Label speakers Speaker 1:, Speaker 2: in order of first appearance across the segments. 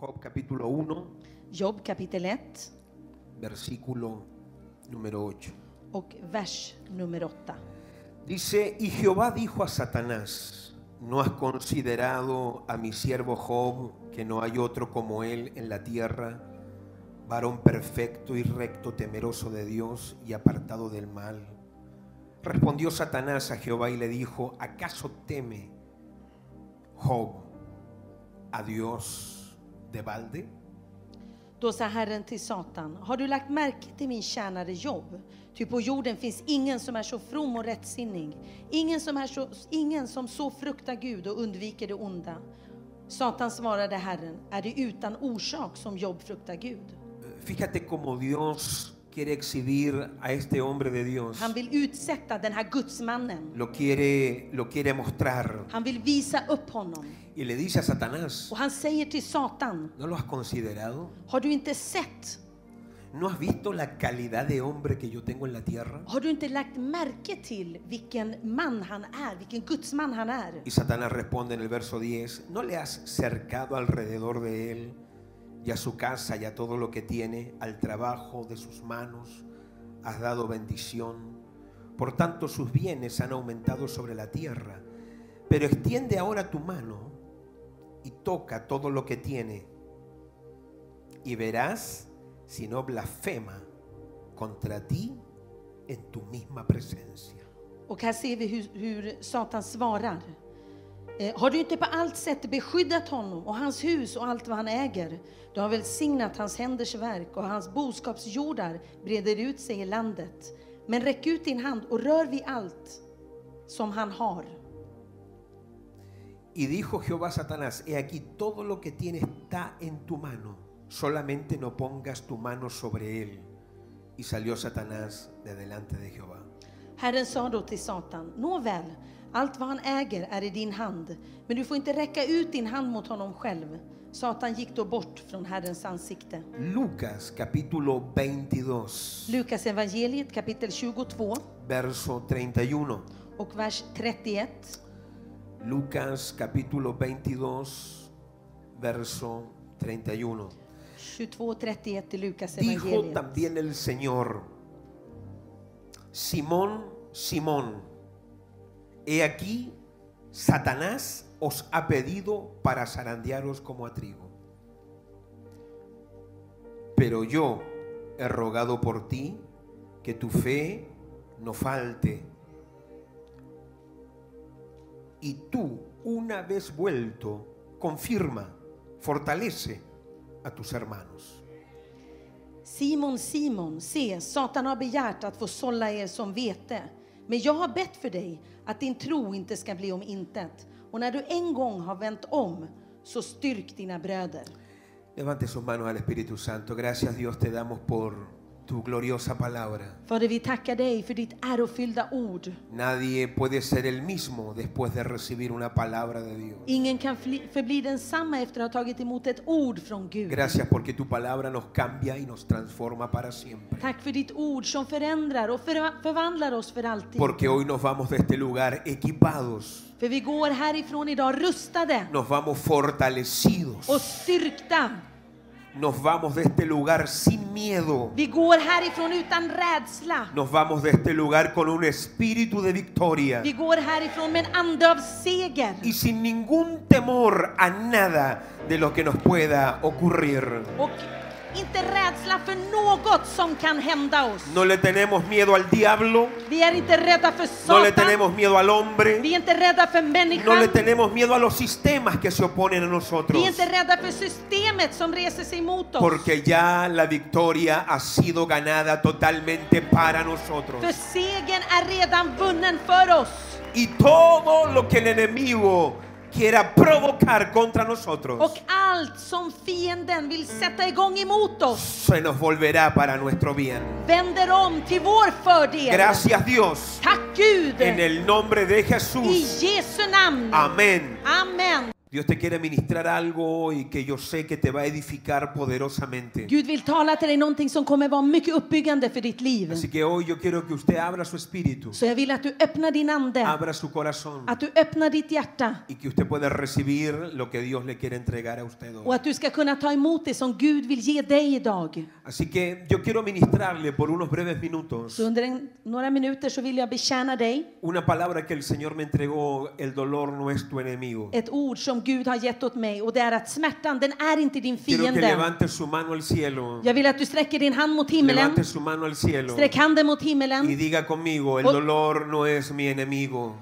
Speaker 1: Job capítulo 1,
Speaker 2: Jobb kapitel 1
Speaker 1: versículo número 8.
Speaker 2: och vers nummer 8.
Speaker 1: Dice, y Jehová dijo a Satanás, ¿no has considerado a mi siervo Job que no hay otro como él en la tierra, varón perfecto y recto, temeroso de Dios y apartado del mal? Respondió Satanás a Jehová y le dijo, ¿acaso teme Job a Dios de balde?
Speaker 2: Då sa Herren till Satan, har du lagt märke till min tjänare Jobb? Ty på jorden finns ingen som är så from och rättsinnig, ingen som, är så, ingen som så fruktar Gud och undviker det onda. Satan svarade Herren, är det utan orsak som Jobb fruktar Gud?
Speaker 1: Fíjate cómo Dios quiere exhibir a este hombre de Dios.
Speaker 2: Han vill utsätta den här gudsmannen.
Speaker 1: Lo quiere, lo quiere mostrar.
Speaker 2: Han vill visa upp honom.
Speaker 1: Y le dice a Satanás,
Speaker 2: Och han säger till Satan,
Speaker 1: ¿no lo has considerado?
Speaker 2: har du inte sett?
Speaker 1: ¿No has visto la calidad de hombre que yo tengo en la tierra?
Speaker 2: Har du inte lagt märke till vilken man han är, vilken gudsman han är?
Speaker 1: Y Satanás responde en el verso 10, ¿no le has cercado alrededor de él y a su casa y a todo lo que tiene, al trabajo de sus manos? Has dado bendición. Por tanto, sus bienes han aumentado sobre la tierra. Pero extiende ahora tu mano y toca todo lo que tiene y verás si no blasfema contra ti en tu misma presencia.
Speaker 2: Och här ser vi hur, hur Satan svarar. Eh, Har du inte på allt sätt beskyddat honom och hans hus och allt vad han äger? Du har välsignat hans händers verk och hans boskapsjordar breder ut sig i landet. Men räck ut din hand och rör vid allt som han har.
Speaker 1: Y dijo Jehová a Satanás, he aquí todo lo que tiene está en tu mano, solamente no pongas tu mano sobre él. Y salió Satanás de delante de Jehová.
Speaker 2: Herren sa då till Satan, nåväl, allt vad han äger är i din hand, men du får inte räcka ut din hand mot honom själv. Satan gick då bort från Herrens ansikte.
Speaker 1: Lucas capítulo 22,
Speaker 2: Lukas evangeliet kapitel 22
Speaker 1: verso 31.
Speaker 2: och vers 31.
Speaker 1: Lucas capítulo 22, verso 31.
Speaker 2: 22.31 i Lukas
Speaker 1: Dijo
Speaker 2: evangeliet.
Speaker 1: también el Señor, Simón, Simón, he aquí, Satanás os ha pedido para zarandearos como a trigo. Pero yo he rogado por ti que tu fe no falte. Y tú, una vez vuelto, confirma, fortalece a tus hermanos.
Speaker 2: Simon, Simon, se, Satan har begärt att få sålla er som vete. Men jag har bett för dig att din tro inte ska bli om intet. Och när du en gång har vänt om, så styrk dina bröder.
Speaker 1: Levante sus manos al Espíritu Santo. Gracias Dios te damos por tu gloriosa palabra.
Speaker 2: Fader, vi tackar dig för ditt ärofyllda ord.
Speaker 1: Nadie puede ser el mismo después de recibir una palabra de Dios.
Speaker 2: Ingen kan fli- förbli densamma efter att ha tagit emot ett ord från Gud.
Speaker 1: Gracias porque tu palabra nos cambia y nos transforma para siempre.
Speaker 2: Tack för ditt ord som förändrar och förva- förvandlar oss för alltid.
Speaker 1: Porque hoy nos vamos de este lugar equipados,
Speaker 2: För vi går härifrån idag rustade
Speaker 1: nos vamos fortalecidos,
Speaker 2: och styrkta.
Speaker 1: nos vamos de este lugar sin miedo,
Speaker 2: Vi går härifrån utan rädsla.
Speaker 1: nos vamos de este lugar con un espíritu de victoria
Speaker 2: Vi går härifrån med en ande av seger
Speaker 1: y sin ningún temor a nada de lo que nos pueda ocurrir.
Speaker 2: och inte rädsla för något som kan hända oss.
Speaker 1: No le tenemos miedo al diablo,
Speaker 2: Vi är inte rädda för
Speaker 1: no le
Speaker 2: Satan.
Speaker 1: tenemos miedo al hombre,
Speaker 2: Vi är inte rädda för
Speaker 1: no le
Speaker 2: människan.
Speaker 1: tenemos miedo a los sistemas que se oponen a nosotros.
Speaker 2: Vi är inte rädda för systemet som reser sig emot oss.
Speaker 1: Porque ya la victoria ha sido ganada totalmente para nosotros.
Speaker 2: För segern är redan vunnen för oss.
Speaker 1: Y todo lo que el enemigo quiera provocar contra
Speaker 2: Och
Speaker 1: nosotros
Speaker 2: allt som fienden vill sätta igång emot oss
Speaker 1: se nos volverá para nuestro bien.
Speaker 2: vänder om till vår fördel.
Speaker 1: Gracias Dios.
Speaker 2: Tack Gud!
Speaker 1: En el nombre de
Speaker 2: I
Speaker 1: Jesús.
Speaker 2: Jesu namn.
Speaker 1: Amén.
Speaker 2: Amen.
Speaker 1: Dios te quiere ministrar algo hoy que yo sé que te va a edificar poderosamente.
Speaker 2: Gud vill tala till dig någonting som kommer vara mycket uppbyggande för ditt liv.
Speaker 1: Así que hoy yo quiero que usted abra su espíritu,
Speaker 2: Så jag vill att du öppnar din ande,
Speaker 1: abra su corazón
Speaker 2: att du öppnar ditt hjärta
Speaker 1: y que usted pueda recibir lo que Dios le quiere entregar a usted
Speaker 2: och
Speaker 1: hoy.
Speaker 2: att du ska kunna ta emot det som Gud vill ge dig idag.
Speaker 1: Así que yo quiero ministrarle por unos breves minutos
Speaker 2: Så under en, några minuter så vill jag betjäna dig.
Speaker 1: una palabra que el Señor me entregó, el dolor no es tu enemigo.
Speaker 2: Ett ord som Gud har gett åt mig och det är att smärtan, den är inte din
Speaker 1: Quiero que
Speaker 2: fiende.
Speaker 1: levante su mano al cielo,
Speaker 2: Jag vill att du sträcker din hand mot himmelen.
Speaker 1: levante su mano al cielo
Speaker 2: Sträck handen mot
Speaker 1: y
Speaker 2: himmelen.
Speaker 1: diga conmigo, el
Speaker 2: O-
Speaker 1: dolor no es mi enemigo.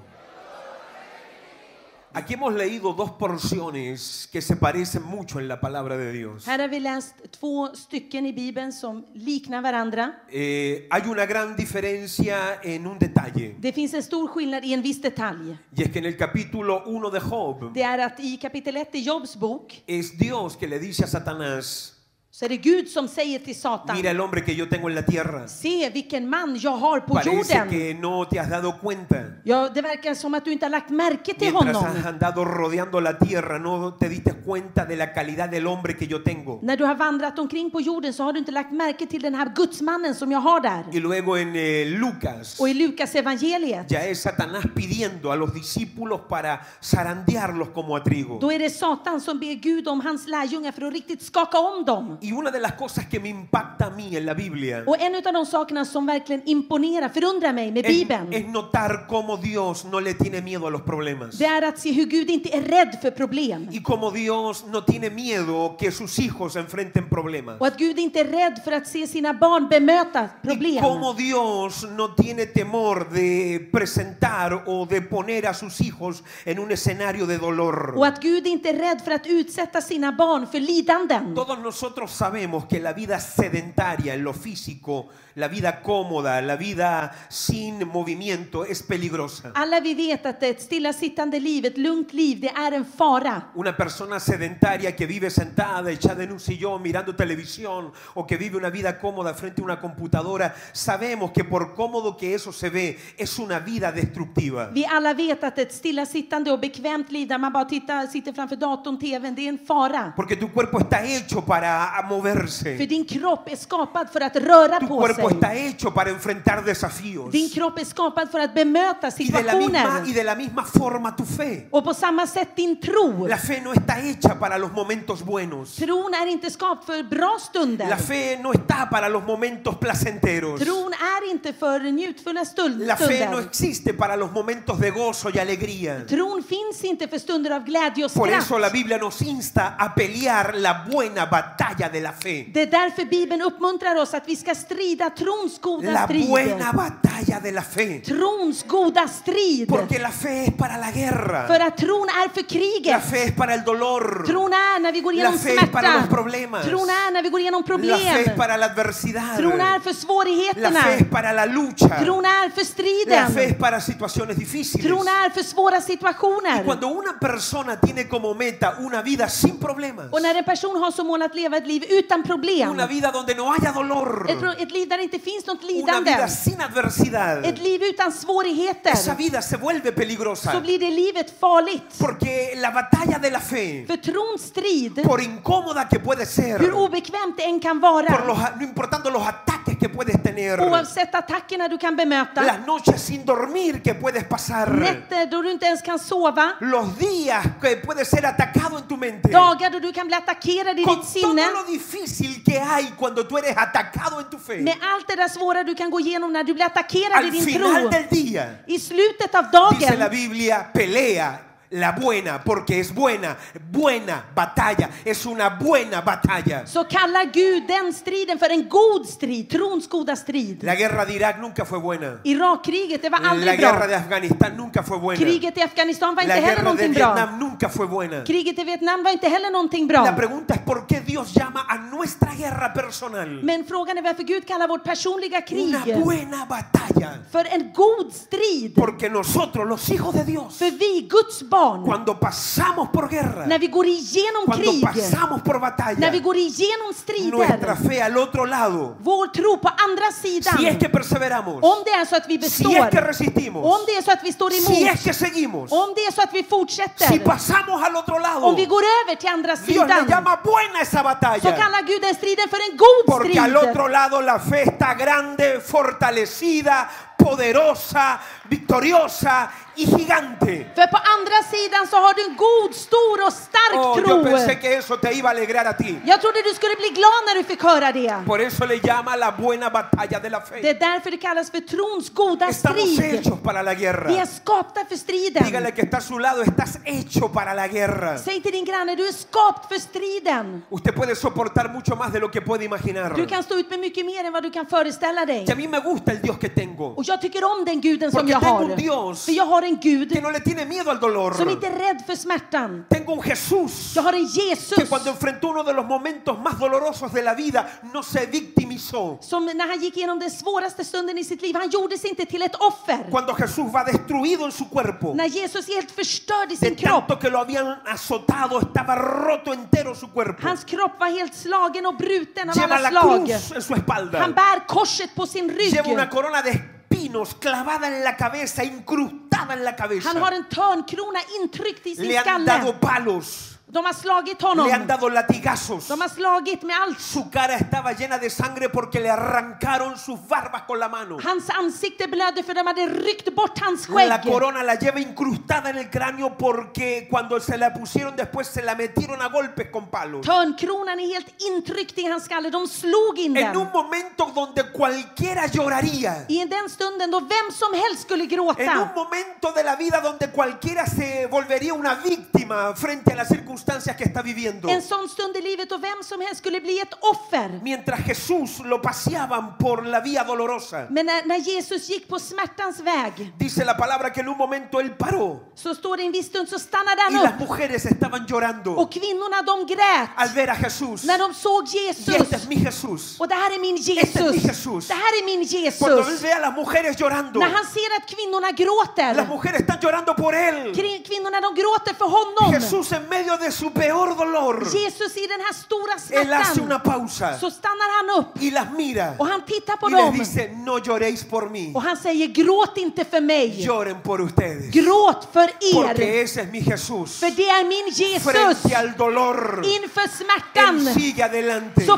Speaker 1: Aquí hemos leído dos porciones que se parecen mucho en la palabra de Dios.
Speaker 2: Här har vi läst två stycken i Bibeln som liknar varandra.
Speaker 1: Eh, hay una gran diferencia en un detalle,
Speaker 2: Det finns en stor skillnad i en viss detalj.
Speaker 1: y es que en el capítulo 1 de Job
Speaker 2: Det är att i kapitel 1 i Jobs bok
Speaker 1: es Dios que le dice a Satanás,
Speaker 2: så är det Gud som säger till Satan,
Speaker 1: mira el hombre que yo tengo en la tierra,
Speaker 2: se vilken man jag har på
Speaker 1: parece
Speaker 2: jorden.
Speaker 1: que no te has dado cuenta.
Speaker 2: Ja, det verkar som att du inte har lagt märke till
Speaker 1: Mientras
Speaker 2: honom.
Speaker 1: has andado rodeando la tierra, no te diste cuenta de la calidad del hombre que yo tengo.
Speaker 2: När du har vandrat omkring på jorden så har du inte lagt märke till den här gudsmannen som jag har där.
Speaker 1: Y luego en eh, Lucas
Speaker 2: Och i Lukas evangeliet
Speaker 1: ya es Satanás pidiendo a los discípulos para zarandearlos como a trigo.
Speaker 2: då är det Satan som ber Gud om hans lärjungar för att riktigt skaka om dem.
Speaker 1: Y una de las cosas que me impacta a mí en la Biblia
Speaker 2: Och en av de sakerna som verkligen imponerar, förundrar mig med
Speaker 1: es,
Speaker 2: Bibeln,
Speaker 1: es notar cómo Dios no le tiene miedo a los problemas.
Speaker 2: det är att se hur Gud inte är rädd för problem.
Speaker 1: Y cómo Dios no tiene miedo que sus hijos enfrenten problemas.
Speaker 2: Och att Gud inte är rädd för att se sina barn bemöta
Speaker 1: Y
Speaker 2: problem.
Speaker 1: cómo Dios no tiene temor de presentar o de poner a sus hijos en un escenario de dolor.
Speaker 2: Och att Gud inte är rädd för att utsätta sina barn för lidanden.
Speaker 1: Todos nosotros sabemos que la vida sedentaria en lo físico, la vida cómoda, la vida sin movimiento es peligrosa.
Speaker 2: Alla vi vet att ett stillasittande liv, ett lugnt liv, det är en fara.
Speaker 1: Una persona sedentaria que vive sentada, echada en un sillón, mirando televisión o que vive una vida cómoda frente a una computadora, sabemos que por cómodo que eso se ve, es una vida destructiva.
Speaker 2: Vi alla vet att ett stillasittande och bekvämt liv där man bara tittar, sitter framför datorn, tvn, det är en fara.
Speaker 1: Porque tu cuerpo está hecho para
Speaker 2: För
Speaker 1: moverse.
Speaker 2: din kropp är skapad för att röra
Speaker 1: Tu
Speaker 2: på sig.
Speaker 1: cuerpo está hecho para enfrentar desafíos.
Speaker 2: Din kropp är skapad för att bemöta
Speaker 1: Y de la misma, y
Speaker 2: situationer.
Speaker 1: de la misma forma tu fe.
Speaker 2: Och på samma sätt din tro.
Speaker 1: La fe no está hecha para los momentos buenos.
Speaker 2: Tron är inte skapad för bra
Speaker 1: La
Speaker 2: stunder.
Speaker 1: fe no está para los momentos placenteros.
Speaker 2: Tron är inte för njutfulla stund-
Speaker 1: La fe no
Speaker 2: stunder.
Speaker 1: existe para los momentos de gozo y alegría.
Speaker 2: Tron finns inte för stunder av glädje och
Speaker 1: Por
Speaker 2: skratt.
Speaker 1: eso la Biblia nos insta a pelear la buena batalla de la fe.
Speaker 2: Det är därför Bibeln uppmuntrar oss att vi ska strida trons goda
Speaker 1: La
Speaker 2: strid.
Speaker 1: buena batalla de la fe.
Speaker 2: Trons goda strid.
Speaker 1: Porque la fe es para la
Speaker 2: För
Speaker 1: guerra.
Speaker 2: att tron är för
Speaker 1: La
Speaker 2: kriget.
Speaker 1: fe es para el dolor.
Speaker 2: Tron är när vi går igenom
Speaker 1: La fe es para
Speaker 2: smärta.
Speaker 1: los problemas.
Speaker 2: Tron är när vi går igenom
Speaker 1: La fe es
Speaker 2: problem.
Speaker 1: para la adversidad.
Speaker 2: Tron är för
Speaker 1: La
Speaker 2: svårigheterna.
Speaker 1: fe es para la lucha.
Speaker 2: Tron
Speaker 1: La
Speaker 2: är för
Speaker 1: fe es
Speaker 2: striden.
Speaker 1: para situaciones difíciles.
Speaker 2: Tron är för svåra
Speaker 1: Y
Speaker 2: situationer.
Speaker 1: cuando una persona tiene como meta una vida sin problemas,
Speaker 2: Och när en person har som mål att leva ett liv utan problem,
Speaker 1: una vida donde no haya dolor,
Speaker 2: ett, pro- ett liv där det inte finns något
Speaker 1: una vida
Speaker 2: lidande,
Speaker 1: sin adversidad,
Speaker 2: ett liv utan
Speaker 1: esa
Speaker 2: svårigheter,
Speaker 1: vida se vuelve peligrosa.
Speaker 2: så blir det livet farligt.
Speaker 1: Porque la batalla de la fe,
Speaker 2: För trons strid,
Speaker 1: por incómoda que puede ser,
Speaker 2: hur obekvämt det än kan
Speaker 1: por los,
Speaker 2: vara,
Speaker 1: no importando los ataques que puedes tener,
Speaker 2: oavsett attackerna du kan bemöta,
Speaker 1: las noches sin dormir que puedes pasar,
Speaker 2: nätter då du inte ens kan sova,
Speaker 1: los días que puedes ser atacado en tu mente,
Speaker 2: dagar då du kan bli attackerad i
Speaker 1: con
Speaker 2: ditt sinne,
Speaker 1: todo lo difícil que hay cuando tú eres atacado en tu fe.
Speaker 2: med allt det där svåra du kan gå igenom när du blir attackerad i
Speaker 1: Al
Speaker 2: din
Speaker 1: final
Speaker 2: tro.
Speaker 1: del día,
Speaker 2: I slutet av
Speaker 1: dice la
Speaker 2: dagen
Speaker 1: Biblia, pelea la buena, porque es buena, buena batalla, es una buena batalla.
Speaker 2: så kallar Gud den striden för en god strid, trons goda strid.
Speaker 1: La guerra de Irak nunca fue buena.
Speaker 2: Irakkriget, det var
Speaker 1: La
Speaker 2: aldrig
Speaker 1: guerra
Speaker 2: bra.
Speaker 1: de Afganistán nunca fue buena.
Speaker 2: Kriget i Afghanistan var inte
Speaker 1: La
Speaker 2: heller
Speaker 1: guerra de
Speaker 2: någonting bra.
Speaker 1: Vietnam nunca fue buena.
Speaker 2: Kriget i Vietnam var inte heller någonting
Speaker 1: La
Speaker 2: bra.
Speaker 1: pregunta es por qué Dios llama a nuestra guerra personal
Speaker 2: Men frågan är varför Gud kallar vårt personliga krig
Speaker 1: una buena batalla.
Speaker 2: för en god strid.
Speaker 1: Porque nosotros, los hijos de Dios,
Speaker 2: För vi, Guds barn,
Speaker 1: Cuando pasamos por guerra,
Speaker 2: när vi går igenom
Speaker 1: cuando
Speaker 2: krig,
Speaker 1: pasamos por
Speaker 2: när
Speaker 1: batalla,
Speaker 2: vi går igenom
Speaker 1: nuestra
Speaker 2: strider,
Speaker 1: fe al otro lado,
Speaker 2: vår tro på andra sidan,
Speaker 1: si es que perseveramos,
Speaker 2: om det är så att vi
Speaker 1: si es que
Speaker 2: består, om
Speaker 1: resistimos,
Speaker 2: det är så att vi står
Speaker 1: si es
Speaker 2: emot,
Speaker 1: que seguimos,
Speaker 2: om det är så att vi
Speaker 1: si
Speaker 2: fortsätter,
Speaker 1: pasamos al otro lado,
Speaker 2: om vi
Speaker 1: Dios
Speaker 2: går över till andra
Speaker 1: le
Speaker 2: sidan,
Speaker 1: llama buena esa
Speaker 2: så
Speaker 1: batalla.
Speaker 2: kallar Gud den striden för en god
Speaker 1: Porque al
Speaker 2: strid.
Speaker 1: otro lado la fe está grande, fortalecida, poderosa, victoriosa y gigante.
Speaker 2: För på andra sidan så har du en god, stor och
Speaker 1: Oh,
Speaker 2: stark
Speaker 1: yo pensé
Speaker 2: tro.
Speaker 1: que eso te iba a alegrar a ti.
Speaker 2: Jag trodde du skulle bli glad när du fick höra det.
Speaker 1: Por eso le llama la buena batalla de la
Speaker 2: Det
Speaker 1: fe.
Speaker 2: är därför det kallas för trons goda
Speaker 1: Estamos
Speaker 2: strid.
Speaker 1: hechos para la guerra.
Speaker 2: Vi är skapta för striden.
Speaker 1: Dígale que está a su lado, estás hecho para la guerra.
Speaker 2: Säg till din granne, du är skapt för striden.
Speaker 1: Usted puede soportar mucho más de lo que puede imaginar.
Speaker 2: Du kan stå ut med mycket mer än vad du kan föreställa
Speaker 1: Y a
Speaker 2: dig.
Speaker 1: mí me gusta el Dios que tengo,
Speaker 2: Och jag tycker om den guden som
Speaker 1: Porque
Speaker 2: jag
Speaker 1: tengo
Speaker 2: har.
Speaker 1: un Dios
Speaker 2: För jag har en
Speaker 1: que
Speaker 2: gud
Speaker 1: no le tiene miedo al dolor.
Speaker 2: som inte är rädd för smärtan.
Speaker 1: Tengo un Jesús
Speaker 2: Jag har en
Speaker 1: que
Speaker 2: Jesus
Speaker 1: cuando enfrentó uno de los momentos más dolorosos de la vida no se victimizó.
Speaker 2: som när han gick igenom den svåraste stunden i sitt liv, han gjordes inte till ett offer.
Speaker 1: Cuando Jesús va destruido en su cuerpo,
Speaker 2: När Jesus är helt förstörd i
Speaker 1: de
Speaker 2: sin kropp.
Speaker 1: tanto que lo habían azotado, estaba roto entero su cuerpo.
Speaker 2: Hans kropp var helt slagen och bruten av
Speaker 1: Lleva
Speaker 2: alla
Speaker 1: la
Speaker 2: slag.
Speaker 1: cruz en su
Speaker 2: Han
Speaker 1: espalda.
Speaker 2: bär korset på sin rygg.
Speaker 1: Lleva una corona de espinos clavada en la cabeza, incrustada en la cabeza.
Speaker 2: Han har en törnkrona intryckt i sin
Speaker 1: Le han
Speaker 2: skalle.
Speaker 1: dado palos,
Speaker 2: De har slagit
Speaker 1: le han
Speaker 2: honom.
Speaker 1: dado latigazos.
Speaker 2: De har slagit med allt.
Speaker 1: Su cara estaba llena de sangre porque le arrancaron sus barbas con la mano.
Speaker 2: Hans ansikte blödde för de hade ryckt bort hans
Speaker 1: La
Speaker 2: skägg.
Speaker 1: corona la lleva incrustada en el cráneo porque cuando se la pusieron después se la metieron a golpes con palos.
Speaker 2: Törnkronan är helt intryckt i hans skalle. De slog in
Speaker 1: En
Speaker 2: den.
Speaker 1: un momento donde cualquiera lloraría.
Speaker 2: I den stunden då vem som helst skulle
Speaker 1: En
Speaker 2: gråta.
Speaker 1: un momento de la vida donde cualquiera se volvería una víctima frente a las circunstancias que está viviendo.
Speaker 2: En sån stund i livet då vem som helst skulle bli ett offer.
Speaker 1: Mientras Jesús lo paseaban por la vía dolorosa,
Speaker 2: Men när, när Jesus gick på smärtans väg
Speaker 1: dice la palabra que en un momento él paró
Speaker 2: så står det en viss stund så stannade
Speaker 1: y
Speaker 2: han
Speaker 1: las
Speaker 2: upp
Speaker 1: mujeres estaban llorando
Speaker 2: och kvinnorna de grät
Speaker 1: al ver a Jesús.
Speaker 2: när de såg
Speaker 1: Y este es
Speaker 2: Jesus.
Speaker 1: mi Jesús.
Speaker 2: Och det här är min
Speaker 1: Este es mi
Speaker 2: Jesus.
Speaker 1: Jesús.
Speaker 2: Det här är min
Speaker 1: Cuando él
Speaker 2: Jesus.
Speaker 1: ve a las mujeres llorando,
Speaker 2: När han ser att kvinnorna
Speaker 1: las
Speaker 2: gråter.
Speaker 1: mujeres están llorando por él.
Speaker 2: Kri- Kvinnorna de gråter för honom.
Speaker 1: Jesús en medio de su peor dolor,
Speaker 2: Jesus i den här stora
Speaker 1: él hace una
Speaker 2: smärtan
Speaker 1: pausa
Speaker 2: så stannar han upp
Speaker 1: y las mira
Speaker 2: och han tittar på
Speaker 1: y les
Speaker 2: dem
Speaker 1: dice, no lloréis por mí,
Speaker 2: och han säger gråt inte för mig.
Speaker 1: lloren por ustedes.
Speaker 2: Gråt för er.
Speaker 1: Porque ese es mi Jesús.
Speaker 2: För det är min Jesus.
Speaker 1: Frente al dolor,
Speaker 2: Inför
Speaker 1: él
Speaker 2: smärtan
Speaker 1: sigue adelante.
Speaker 2: så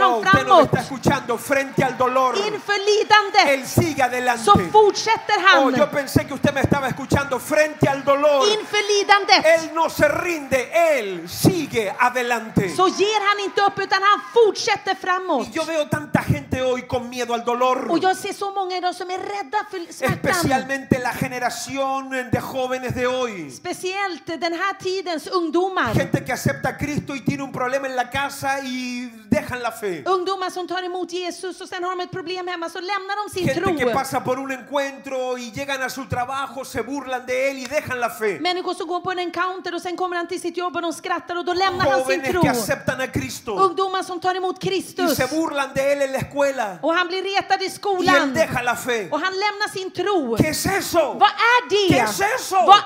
Speaker 1: Oh,
Speaker 2: han
Speaker 1: usted no me
Speaker 2: framåt.
Speaker 1: está escuchando. Frente al dolor,
Speaker 2: Inför lidandet
Speaker 1: él sigue adelante.
Speaker 2: så fortsätter
Speaker 1: Oh,
Speaker 2: han.
Speaker 1: yo pensé que usted me estaba escuchando. Frente al dolor,
Speaker 2: Inför lidandet
Speaker 1: Él no se rinde, Él sigue adelante.
Speaker 2: så ger han inte upp utan han fortsätter framåt.
Speaker 1: Y yo veo tanta gente hoy con miedo al
Speaker 2: Och
Speaker 1: dolor,
Speaker 2: jag ser så många idag som är rädda för smärtan.
Speaker 1: especialmente la generación de jóvenes de hoy.
Speaker 2: Speciellt den här tidens ungdomar.
Speaker 1: Gente que acepta a Cristo y tiene un problema en la casa y dejan la fe.
Speaker 2: Ungdomar som tar emot Jesus och sen har de ett problem hemma så lämnar de sin
Speaker 1: Gente que
Speaker 2: tro.
Speaker 1: pasa por un encuentro y llegan a su trabajo, se burlan de Él y dejan la fe.
Speaker 2: Människor som går på en encounter och sen kommer han till sitt jobb och de skrattar och då lämnar han sin
Speaker 1: Jóvenes que
Speaker 2: tro.
Speaker 1: aceptan a Cristo
Speaker 2: Oh. Ungdomar som tar emot
Speaker 1: y
Speaker 2: Kristus
Speaker 1: se burlan de Él en la escuela
Speaker 2: och han blir retad i
Speaker 1: y Él
Speaker 2: skolan
Speaker 1: deja la fe.
Speaker 2: och han lämnar sin tro.
Speaker 1: ¿Qué es eso?
Speaker 2: Vad är
Speaker 1: ¿Qué
Speaker 2: det?
Speaker 1: es eso?
Speaker 2: Vad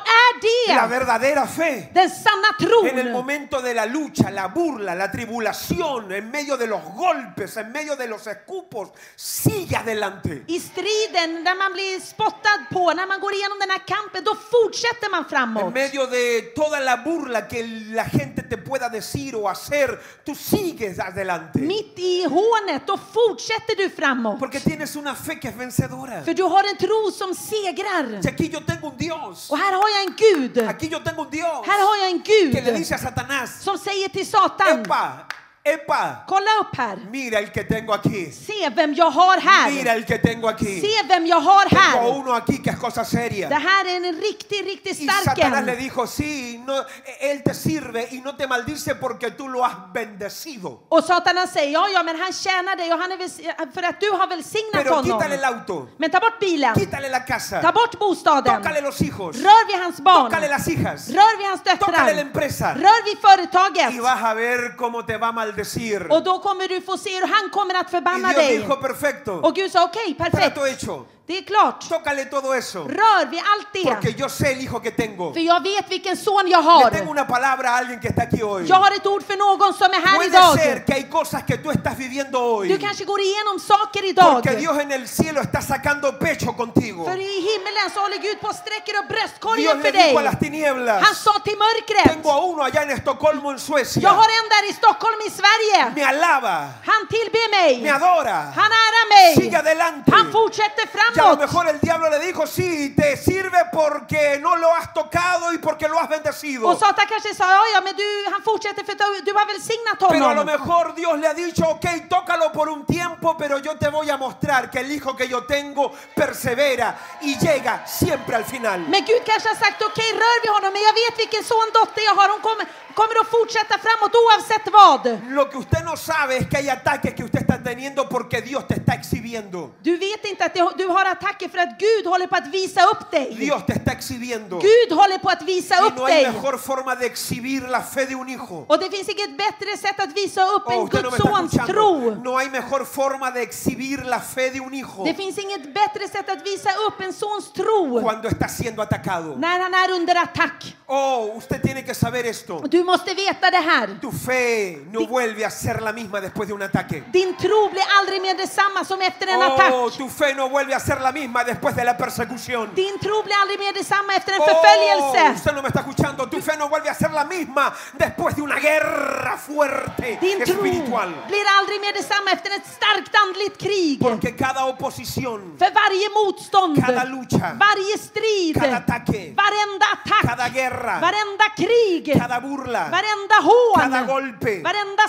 Speaker 2: är
Speaker 1: La
Speaker 2: det?
Speaker 1: verdadera fe.
Speaker 2: Den sanna
Speaker 1: En el
Speaker 2: tron.
Speaker 1: momento de la lucha, la burla, la tribulación, en medio de los golpes, en medio de los escupos, sigue adelante.
Speaker 2: I striden, när man blir spottad på, när man går igenom den här kampen, då fortsätter man
Speaker 1: En
Speaker 2: framåt.
Speaker 1: medio de toda la burla que la gente te pueda decir o hacer, tú sigues adelante.
Speaker 2: Mitt i hånet, då fortsätter du framåt.
Speaker 1: Porque tienes una fe que es vencedora.
Speaker 2: För du har en tro som segrar.
Speaker 1: Si aquí yo tengo un Dios,
Speaker 2: Och här har jag en Gud.
Speaker 1: aquí yo tengo un Dios
Speaker 2: Här har jag en
Speaker 1: que le
Speaker 2: Gud
Speaker 1: dice a Satanás,
Speaker 2: som säger till Satan,
Speaker 1: epa, epa,
Speaker 2: kolla upp här.
Speaker 1: mira el que tengo aquí,
Speaker 2: Se vem jag har
Speaker 1: mira
Speaker 2: här.
Speaker 1: el que tengo aquí.
Speaker 2: Se vem jag har
Speaker 1: Tengo
Speaker 2: här.
Speaker 1: uno aquí que es cosa seria.
Speaker 2: Det här är en riktig, riktig
Speaker 1: Y Satanás le
Speaker 2: stark en.
Speaker 1: dijo, sí, no, él te sirve y no te maldice porque tú lo has bendecido.
Speaker 2: Och Satan han säger, ja, ja, men han tjänar dig och han är väl, för att du har välsignat
Speaker 1: Pero quítale el
Speaker 2: honom.
Speaker 1: auto,
Speaker 2: Men ta bort bilen,
Speaker 1: quítale la casa,
Speaker 2: ta bort bostaden,
Speaker 1: tócale los hijos,
Speaker 2: rör vid hans barn,
Speaker 1: tócale las hijas,
Speaker 2: rör vid hans
Speaker 1: tócale la
Speaker 2: döttrar,
Speaker 1: empresa
Speaker 2: rör vid
Speaker 1: y
Speaker 2: företaget
Speaker 1: vas a ver cómo te va a maldecir.
Speaker 2: Och då kommer du få se hur han kommer att
Speaker 1: Y
Speaker 2: förbanna
Speaker 1: Dios
Speaker 2: dig.
Speaker 1: dijo, perfecto,
Speaker 2: Och Gud sa okej, perfekt.
Speaker 1: trato hecho,
Speaker 2: Det är klart.
Speaker 1: tócale todo eso,
Speaker 2: Rör vid allt
Speaker 1: porque
Speaker 2: det.
Speaker 1: yo sé el hijo que tengo.
Speaker 2: För jag vet vilken son jag
Speaker 1: Le
Speaker 2: har.
Speaker 1: tengo una palabra a alguien que está aquí hoy.
Speaker 2: Jag har ett ord för någon som är här
Speaker 1: Puede
Speaker 2: idag.
Speaker 1: ser que hay cosas que tú estás viviendo hoy,
Speaker 2: Du kanske går igenom saker idag.
Speaker 1: porque Dios en el cielo está sacando pecho contigo.
Speaker 2: För i himmelen så håller Gud på och sträcker upp bröstkorgen
Speaker 1: Dios le
Speaker 2: för
Speaker 1: dijo a
Speaker 2: dig.
Speaker 1: las tinieblas,
Speaker 2: Han sa till
Speaker 1: tengo
Speaker 2: mörkret.
Speaker 1: a uno allá en Estocolmo, en
Speaker 2: Jag
Speaker 1: Suecia,
Speaker 2: har en där i Stockholm i Sverige.
Speaker 1: me alaba,
Speaker 2: Han tillber
Speaker 1: me
Speaker 2: mig.
Speaker 1: adora,
Speaker 2: Han ärar
Speaker 1: sigue
Speaker 2: mig.
Speaker 1: adelante.
Speaker 2: Han fortsätter
Speaker 1: Y a lo
Speaker 2: framåt.
Speaker 1: mejor el diablo le dijo, sí, te sirve porque no lo has tocado y porque lo has bendecido.
Speaker 2: Och Satan kanske sa, ja, ja, men du, han fortsätter för du, du har välsignat
Speaker 1: Pero a lo
Speaker 2: honom.
Speaker 1: mejor Dios le ha dicho, ok, tócalo por un tiempo, pero yo te voy a mostrar que el hijo que yo tengo persevera y llega siempre al final.
Speaker 2: Men Gud kanske har sagt, okej, rör vid honom, men jag vet vilken son, dotter jag har. Hon kommer, kommer att fortsätta framåt oavsett vad.
Speaker 1: Lo que usted no sabe es que hay ataques que usted está teniendo porque Dios te está exhibiendo.
Speaker 2: Du vet inte att det, du har attacker för att Gud håller på att visa upp dig.
Speaker 1: Dios te está exhibiendo.
Speaker 2: Gud håller på att visa
Speaker 1: Y
Speaker 2: upp
Speaker 1: no hay
Speaker 2: dig.
Speaker 1: mejor forma de exhibir la fe de un hijo.
Speaker 2: Och det finns inget bättre sätt att visa upp
Speaker 1: Oh,
Speaker 2: en
Speaker 1: usted no me
Speaker 2: Guds
Speaker 1: está
Speaker 2: sons
Speaker 1: escuchando.
Speaker 2: tro.
Speaker 1: No hay mejor forma de exhibir la fe de un hijo
Speaker 2: Det finns inget bättre sätt att visa upp en sons tro
Speaker 1: cuando está siendo atacado.
Speaker 2: när han är under attack.
Speaker 1: Oh, usted tiene que saber esto.
Speaker 2: Och Du måste veta det här.
Speaker 1: Tu fe no vuelve a ser la misma después de un ataque.
Speaker 2: Din tro blir aldrig mer detsamma som efter en
Speaker 1: Oh,
Speaker 2: attack.
Speaker 1: tu fe no vuelve a ser la misma después de la persecución.
Speaker 2: Din tro blir aldrig mer detsamma efter en
Speaker 1: Oh,
Speaker 2: förföljelse.
Speaker 1: usted no me está escuchando. Tu fe no vuelve a ser la misma después de una guerra fuerte
Speaker 2: Din tro
Speaker 1: espiritual.
Speaker 2: blir aldrig mer detsamma efter ett starkt andligt krig.
Speaker 1: Porque cada oposición,
Speaker 2: För varje motstånd,
Speaker 1: Cada lucha.
Speaker 2: varje strid,
Speaker 1: Cada ataque.
Speaker 2: varenda
Speaker 1: cada
Speaker 2: attack,
Speaker 1: guerra,
Speaker 2: varenda krig,
Speaker 1: cada burla,
Speaker 2: varenda hån,
Speaker 1: cada golpe,
Speaker 2: varenda
Speaker 1: cada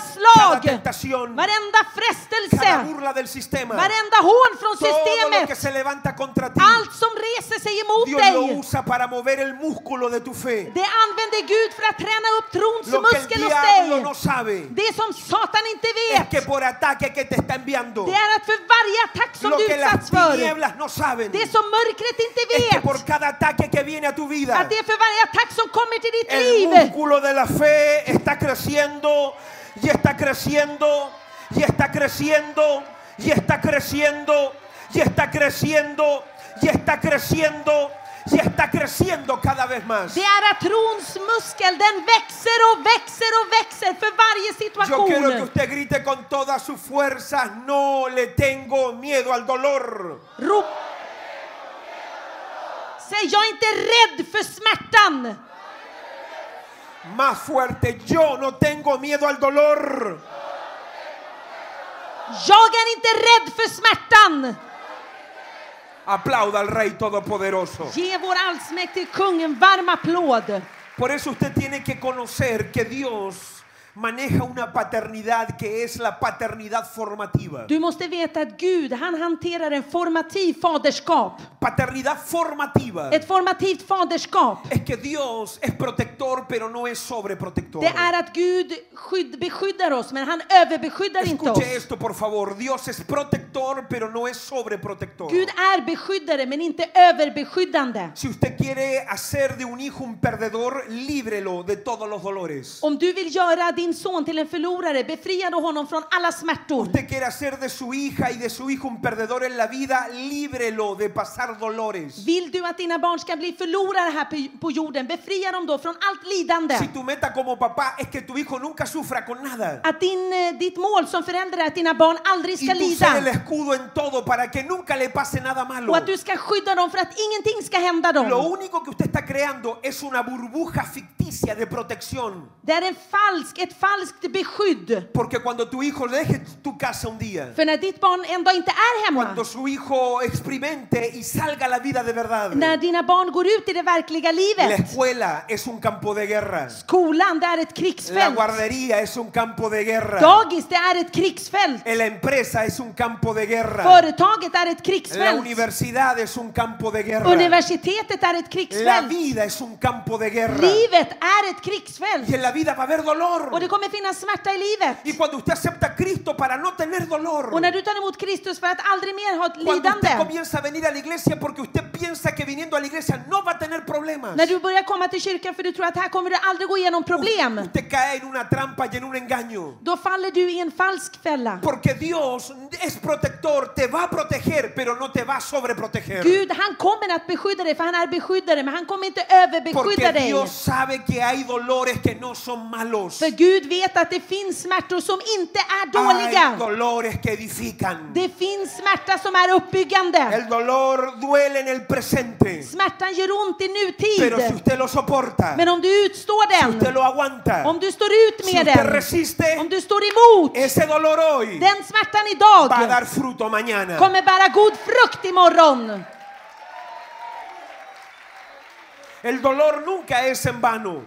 Speaker 2: slag,
Speaker 1: tentación,
Speaker 2: varenda
Speaker 1: cada
Speaker 2: frestelse,
Speaker 1: burla del sistema,
Speaker 2: varenda hån från
Speaker 1: todo lo que
Speaker 2: systemet,
Speaker 1: se levanta contra ti,
Speaker 2: allt som reser sig emot
Speaker 1: Dios lo
Speaker 2: dig,
Speaker 1: usa para mover el músculo de tu fe.
Speaker 2: det använder Gud för att träna upp trons
Speaker 1: Lo que el
Speaker 2: muskel hos
Speaker 1: diablo no
Speaker 2: dig.
Speaker 1: sabe
Speaker 2: Det som Satan inte
Speaker 1: es que
Speaker 2: vet,
Speaker 1: por ataque que te está enviando,
Speaker 2: det är att för varje attack som
Speaker 1: lo
Speaker 2: du
Speaker 1: que las
Speaker 2: utsatts för,
Speaker 1: tinieblas no saben
Speaker 2: det som mörkret inte
Speaker 1: es que
Speaker 2: vet,
Speaker 1: por cada ataque que viene a tu vida,
Speaker 2: Att det är för varje attack som kommer till ditt
Speaker 1: el
Speaker 2: liv.
Speaker 1: músculo de la fe está creciendo y está creciendo y está creciendo y está creciendo y está creciendo y está creciendo y está creciendo cada vez más.
Speaker 2: Det är att trons muskel den växer och växer och växer för varje
Speaker 1: Yo quiero que
Speaker 2: situation.
Speaker 1: usted grite con todas sus fuerzas, no le tengo miedo al dolor.
Speaker 2: Rop. Säg jag är inte rädd för smärtan.
Speaker 1: Más fuerte, yo no tengo miedo al dolor.
Speaker 2: Jag är inte rädd för smärtan.
Speaker 1: Aplauda al Rey Todopoderoso.
Speaker 2: Ge vår allsmäktige kung en varm applåd.
Speaker 1: Por eso usted tiene que conocer que Dios maneja una paternidad que es la paternidad formativa.
Speaker 2: Du måste veta att Gud, han hanterar en formativ faderskap.
Speaker 1: Paternidad formativa
Speaker 2: Ett formativt faderskap.
Speaker 1: es que Dios es protector pero no es sobreprotector.
Speaker 2: Det är att Gud skydd, beskyddar oss, men han överbeskyddar inte oss.
Speaker 1: Escuche esto por favor, Dios es protector pero no es sobreprotector.
Speaker 2: Gud är beskyddare men inte överbeskyddande.
Speaker 1: Si usted quiere hacer de un hijo un perdedor, líbrelo de todos los dolores.
Speaker 2: Om du vill göra din son till en förlorare, befria då honom från alla smärtor.
Speaker 1: Usted quiere hacer de su hija y de su hijo un perdedor en la vida, líbrelo de pasar dolores.
Speaker 2: Vill du att dina barn ska bli förlorare här på- på jorden, befria dem då från allt lidande.
Speaker 1: Si tu meta como papá es que tu hijo nunca sufra con nada.
Speaker 2: Att din, eh, ditt mål som förälder är att dina barn aldrig ska
Speaker 1: Y tú ser el
Speaker 2: lida.
Speaker 1: escudo en todo para que nunca le pase nada malo.
Speaker 2: Och att du ska skydda dem för att ingenting ska hända
Speaker 1: Lo
Speaker 2: dem.
Speaker 1: único que usted está creando es una burbuja ficticia de protección.
Speaker 2: Det är en falsk, ett falskt beskydd.
Speaker 1: Porque cuando tu hijo deje tu casa un día,
Speaker 2: För när ditt barn en dag inte är
Speaker 1: cuando
Speaker 2: hemma,
Speaker 1: su hijo experimente y salga a la vida de verdad,
Speaker 2: när
Speaker 1: la
Speaker 2: dina barn går ut i det verkliga livet,
Speaker 1: escuela es un campo de guerra,
Speaker 2: skolan det är ett
Speaker 1: la
Speaker 2: krigsfält.
Speaker 1: guardería es un campo de guerra,
Speaker 2: Dagis, det är ett krigsfält.
Speaker 1: la empresa es un campo de guerra,
Speaker 2: Företaget är ett
Speaker 1: la
Speaker 2: krigsfält.
Speaker 1: universidad es un campo de guerra.
Speaker 2: Universitetet är ett
Speaker 1: La
Speaker 2: krigsfält.
Speaker 1: vida es un campo de guerra.
Speaker 2: Livet är ett
Speaker 1: Y
Speaker 2: krigsfält.
Speaker 1: en la vida va a haber dolor.
Speaker 2: Och det det kommer finnas smärta i
Speaker 1: Y
Speaker 2: livet.
Speaker 1: cuando usted acepta a Cristo para no tener dolor,
Speaker 2: Och när du tar emot Kristus för att aldrig mer ha ett
Speaker 1: cuando usted
Speaker 2: lidande.
Speaker 1: comienza a venir a la iglesia porque usted piensa que viniendo a la iglesia no va a tener problemas,
Speaker 2: När du börjar komma till kyrkan för du tror att här kommer du aldrig gå igenom problem.
Speaker 1: usted cae en una trampa y en un engaño.
Speaker 2: Då faller du i en falsk fälla.
Speaker 1: Porque Dios es protector, te va a proteger, pero no te va a sobreproteger.
Speaker 2: Gud han kommer att beskydda dig för han är beskyddare men han kommer inte överbeskydda
Speaker 1: Porque
Speaker 2: dig.
Speaker 1: Dios sabe que hay dolores que no son malos.
Speaker 2: För Gud vet att det finns smärtor som inte är
Speaker 1: Hay
Speaker 2: dåliga.
Speaker 1: dolores que edifican.
Speaker 2: Det finns smärta som är uppbyggande.
Speaker 1: El dolor duele en el presente.
Speaker 2: Smärtan gör ont i
Speaker 1: Pero si
Speaker 2: nutid.
Speaker 1: usted lo soporta,
Speaker 2: Men om du utstår
Speaker 1: si usted
Speaker 2: den,
Speaker 1: lo aguanta,
Speaker 2: om du står ut
Speaker 1: si
Speaker 2: med
Speaker 1: usted
Speaker 2: den, om
Speaker 1: resiste
Speaker 2: du står emot
Speaker 1: ese dolor hoy,
Speaker 2: den smärtan
Speaker 1: va a
Speaker 2: idag
Speaker 1: dar fruto mañana.
Speaker 2: kommer bära god frukt imorgon.
Speaker 1: El dolor nunca es en vano.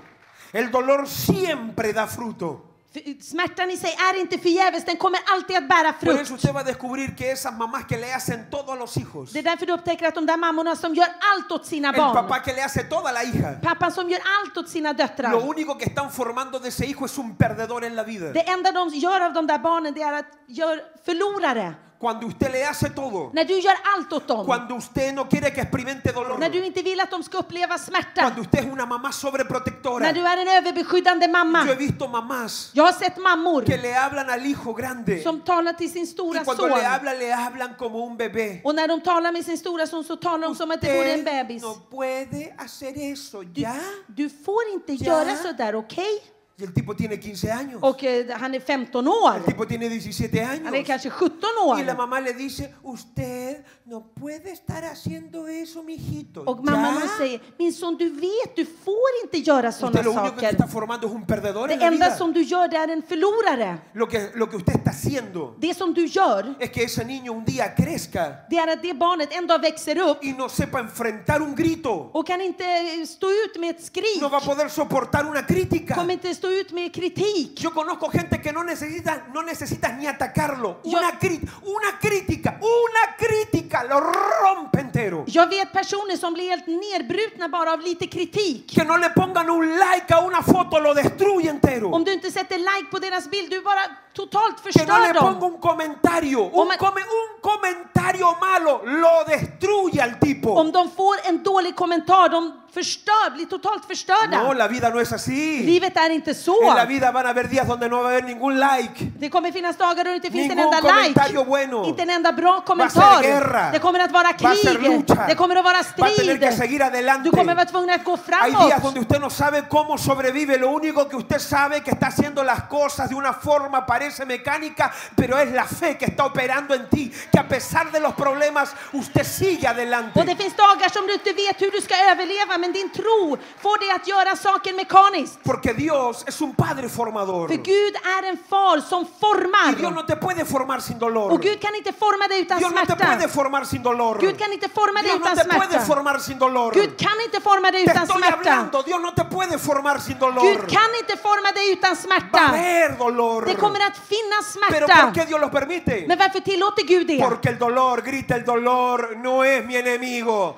Speaker 1: El dolor siempre da fruto.
Speaker 2: För eh, Smärtan i sig är inte förgäves, den kommer alltid att bära
Speaker 1: Por
Speaker 2: frukt.
Speaker 1: eso usted va a descubrir que esas mamás que le hacen todo a los hijos,
Speaker 2: Det är
Speaker 1: el
Speaker 2: därför du upptäcker att de där mammorna som gör allt åt sina barn,
Speaker 1: papá que le hace toda a la hija,
Speaker 2: pappan som gör allt åt sina
Speaker 1: Lo
Speaker 2: döttrar,
Speaker 1: único que están formando de ese hijo es un perdedor en la vida.
Speaker 2: det enda de gör av de där barnen det är att gör förlorare.
Speaker 1: Cuando usted le hace todo,
Speaker 2: När du gör allt åt dem,
Speaker 1: cuando usted no quiere que experimente dolor,
Speaker 2: när du inte vill att de ska uppleva smärta,
Speaker 1: cuando usted es una mamá sobreprotectora.
Speaker 2: när du är en överbeskyddande
Speaker 1: Yo he
Speaker 2: mamma.
Speaker 1: visto mamás
Speaker 2: Jag har sett mammor
Speaker 1: que le hablan al hijo grande
Speaker 2: som talar till sin
Speaker 1: y
Speaker 2: stora
Speaker 1: cuando le
Speaker 2: son.
Speaker 1: hablan le hablan como un bebé.
Speaker 2: Och när de talar med sin stora son så talar de som att det vore en
Speaker 1: Usted
Speaker 2: bebis.
Speaker 1: no puede hacer eso ya.
Speaker 2: Du får inte
Speaker 1: Ja.
Speaker 2: göra sådär, okej?
Speaker 1: Y el tipo tiene 15 años.
Speaker 2: Och eh, han är 15 år.
Speaker 1: El tipo tiene 17 años.
Speaker 2: Han är kanske 17
Speaker 1: Y la
Speaker 2: år.
Speaker 1: mamá le dice, usted no puede estar haciendo eso, mijito.
Speaker 2: Och
Speaker 1: ya".
Speaker 2: mamman hon säger, min son du vet, du får inte göra
Speaker 1: Usted lo
Speaker 2: sådana
Speaker 1: único que está
Speaker 2: saker.
Speaker 1: formando es un perdedor en
Speaker 2: Det
Speaker 1: la
Speaker 2: enda
Speaker 1: vida.
Speaker 2: som du gör det är en förlorare.
Speaker 1: Lo que, lo que usted está haciendo
Speaker 2: Det som du gör,
Speaker 1: es que ese niño un día crezca
Speaker 2: det är att det barnet en dag växer upp
Speaker 1: y no sepa enfrentar un grito.
Speaker 2: och kan inte eh, stå ut med ett skrik.
Speaker 1: No va a poder soportar una crítica.
Speaker 2: Kommer inte stå ut med kritik.
Speaker 1: Yo conozco gente que no necesita, no necesitas ni atacarlo.
Speaker 2: Yo-
Speaker 1: Una, cri- una crítica, una crítica lo rompe entero.
Speaker 2: Jag vet personer som blir helt nedbrutna bara av lite kritik.
Speaker 1: Que no le pongan un like a una foto, lo destruye entero.
Speaker 2: Om du inte sätter like på deras bild, du bara totalt
Speaker 1: Que no
Speaker 2: förstör
Speaker 1: le ponga
Speaker 2: dem.
Speaker 1: un comentario,
Speaker 2: Om
Speaker 1: un,
Speaker 2: man-
Speaker 1: come- un comentario malo, lo destruye al tipo.
Speaker 2: Om de får en dålig kommentar, de förstör, blir totalt
Speaker 1: No,
Speaker 2: förstörda.
Speaker 1: la vida no es así.
Speaker 2: Livet är inte
Speaker 1: En la
Speaker 2: så.
Speaker 1: vida van a haber días donde no va a haber ningún like.
Speaker 2: Det kommer finnas dagar då det inte finns en
Speaker 1: Ningún
Speaker 2: enda
Speaker 1: comentario
Speaker 2: like,
Speaker 1: bueno.
Speaker 2: inte en enda bra
Speaker 1: Va a
Speaker 2: kommentar.
Speaker 1: ser guerra.
Speaker 2: Det kommer att vara
Speaker 1: Va a ser
Speaker 2: krig,
Speaker 1: lucha.
Speaker 2: det kommer att vara
Speaker 1: Va a tener que
Speaker 2: strid.
Speaker 1: seguir adelante.
Speaker 2: Du kommer vara tvungen att gå
Speaker 1: Hay
Speaker 2: framåt.
Speaker 1: días donde usted no sabe cómo sobrevive. Lo único que usted sabe que está haciendo las cosas de una forma parece mecánica, pero es la fe que está operando en ti. Que a pesar de los problemas, usted sigue
Speaker 2: Och det
Speaker 1: adelante.
Speaker 2: finns dagar som du inte vet hur du ska överleva, men din tro får dig att göra saker mekaniskt.
Speaker 1: Porque Dios es un padre formador.
Speaker 2: För
Speaker 1: Y
Speaker 2: Gud är en far som
Speaker 1: Dios
Speaker 2: formar.
Speaker 1: no te puede formar sin dolor.
Speaker 2: Och Gud kan inte forma dig utan
Speaker 1: Dios no te
Speaker 2: smärta.
Speaker 1: puede formar sin dolor.
Speaker 2: Gud kan inte forma dig
Speaker 1: Dios no
Speaker 2: utan
Speaker 1: te puede
Speaker 2: smärta.
Speaker 1: formar sin dolor.
Speaker 2: Gud kan inte forma dig
Speaker 1: Te
Speaker 2: utan
Speaker 1: estoy
Speaker 2: smärta.
Speaker 1: hablando, Dios no te puede formar sin
Speaker 2: Gud
Speaker 1: dolor.
Speaker 2: kan inte forma dig utan
Speaker 1: Va a
Speaker 2: smärta.
Speaker 1: haber dolor.
Speaker 2: Det kommer att finnas
Speaker 1: Pero ¿por
Speaker 2: smärta.
Speaker 1: qué Dios los permite?
Speaker 2: Men varför tillåter Gud det?
Speaker 1: Porque el dolor, grita el dolor, no es mi enemigo.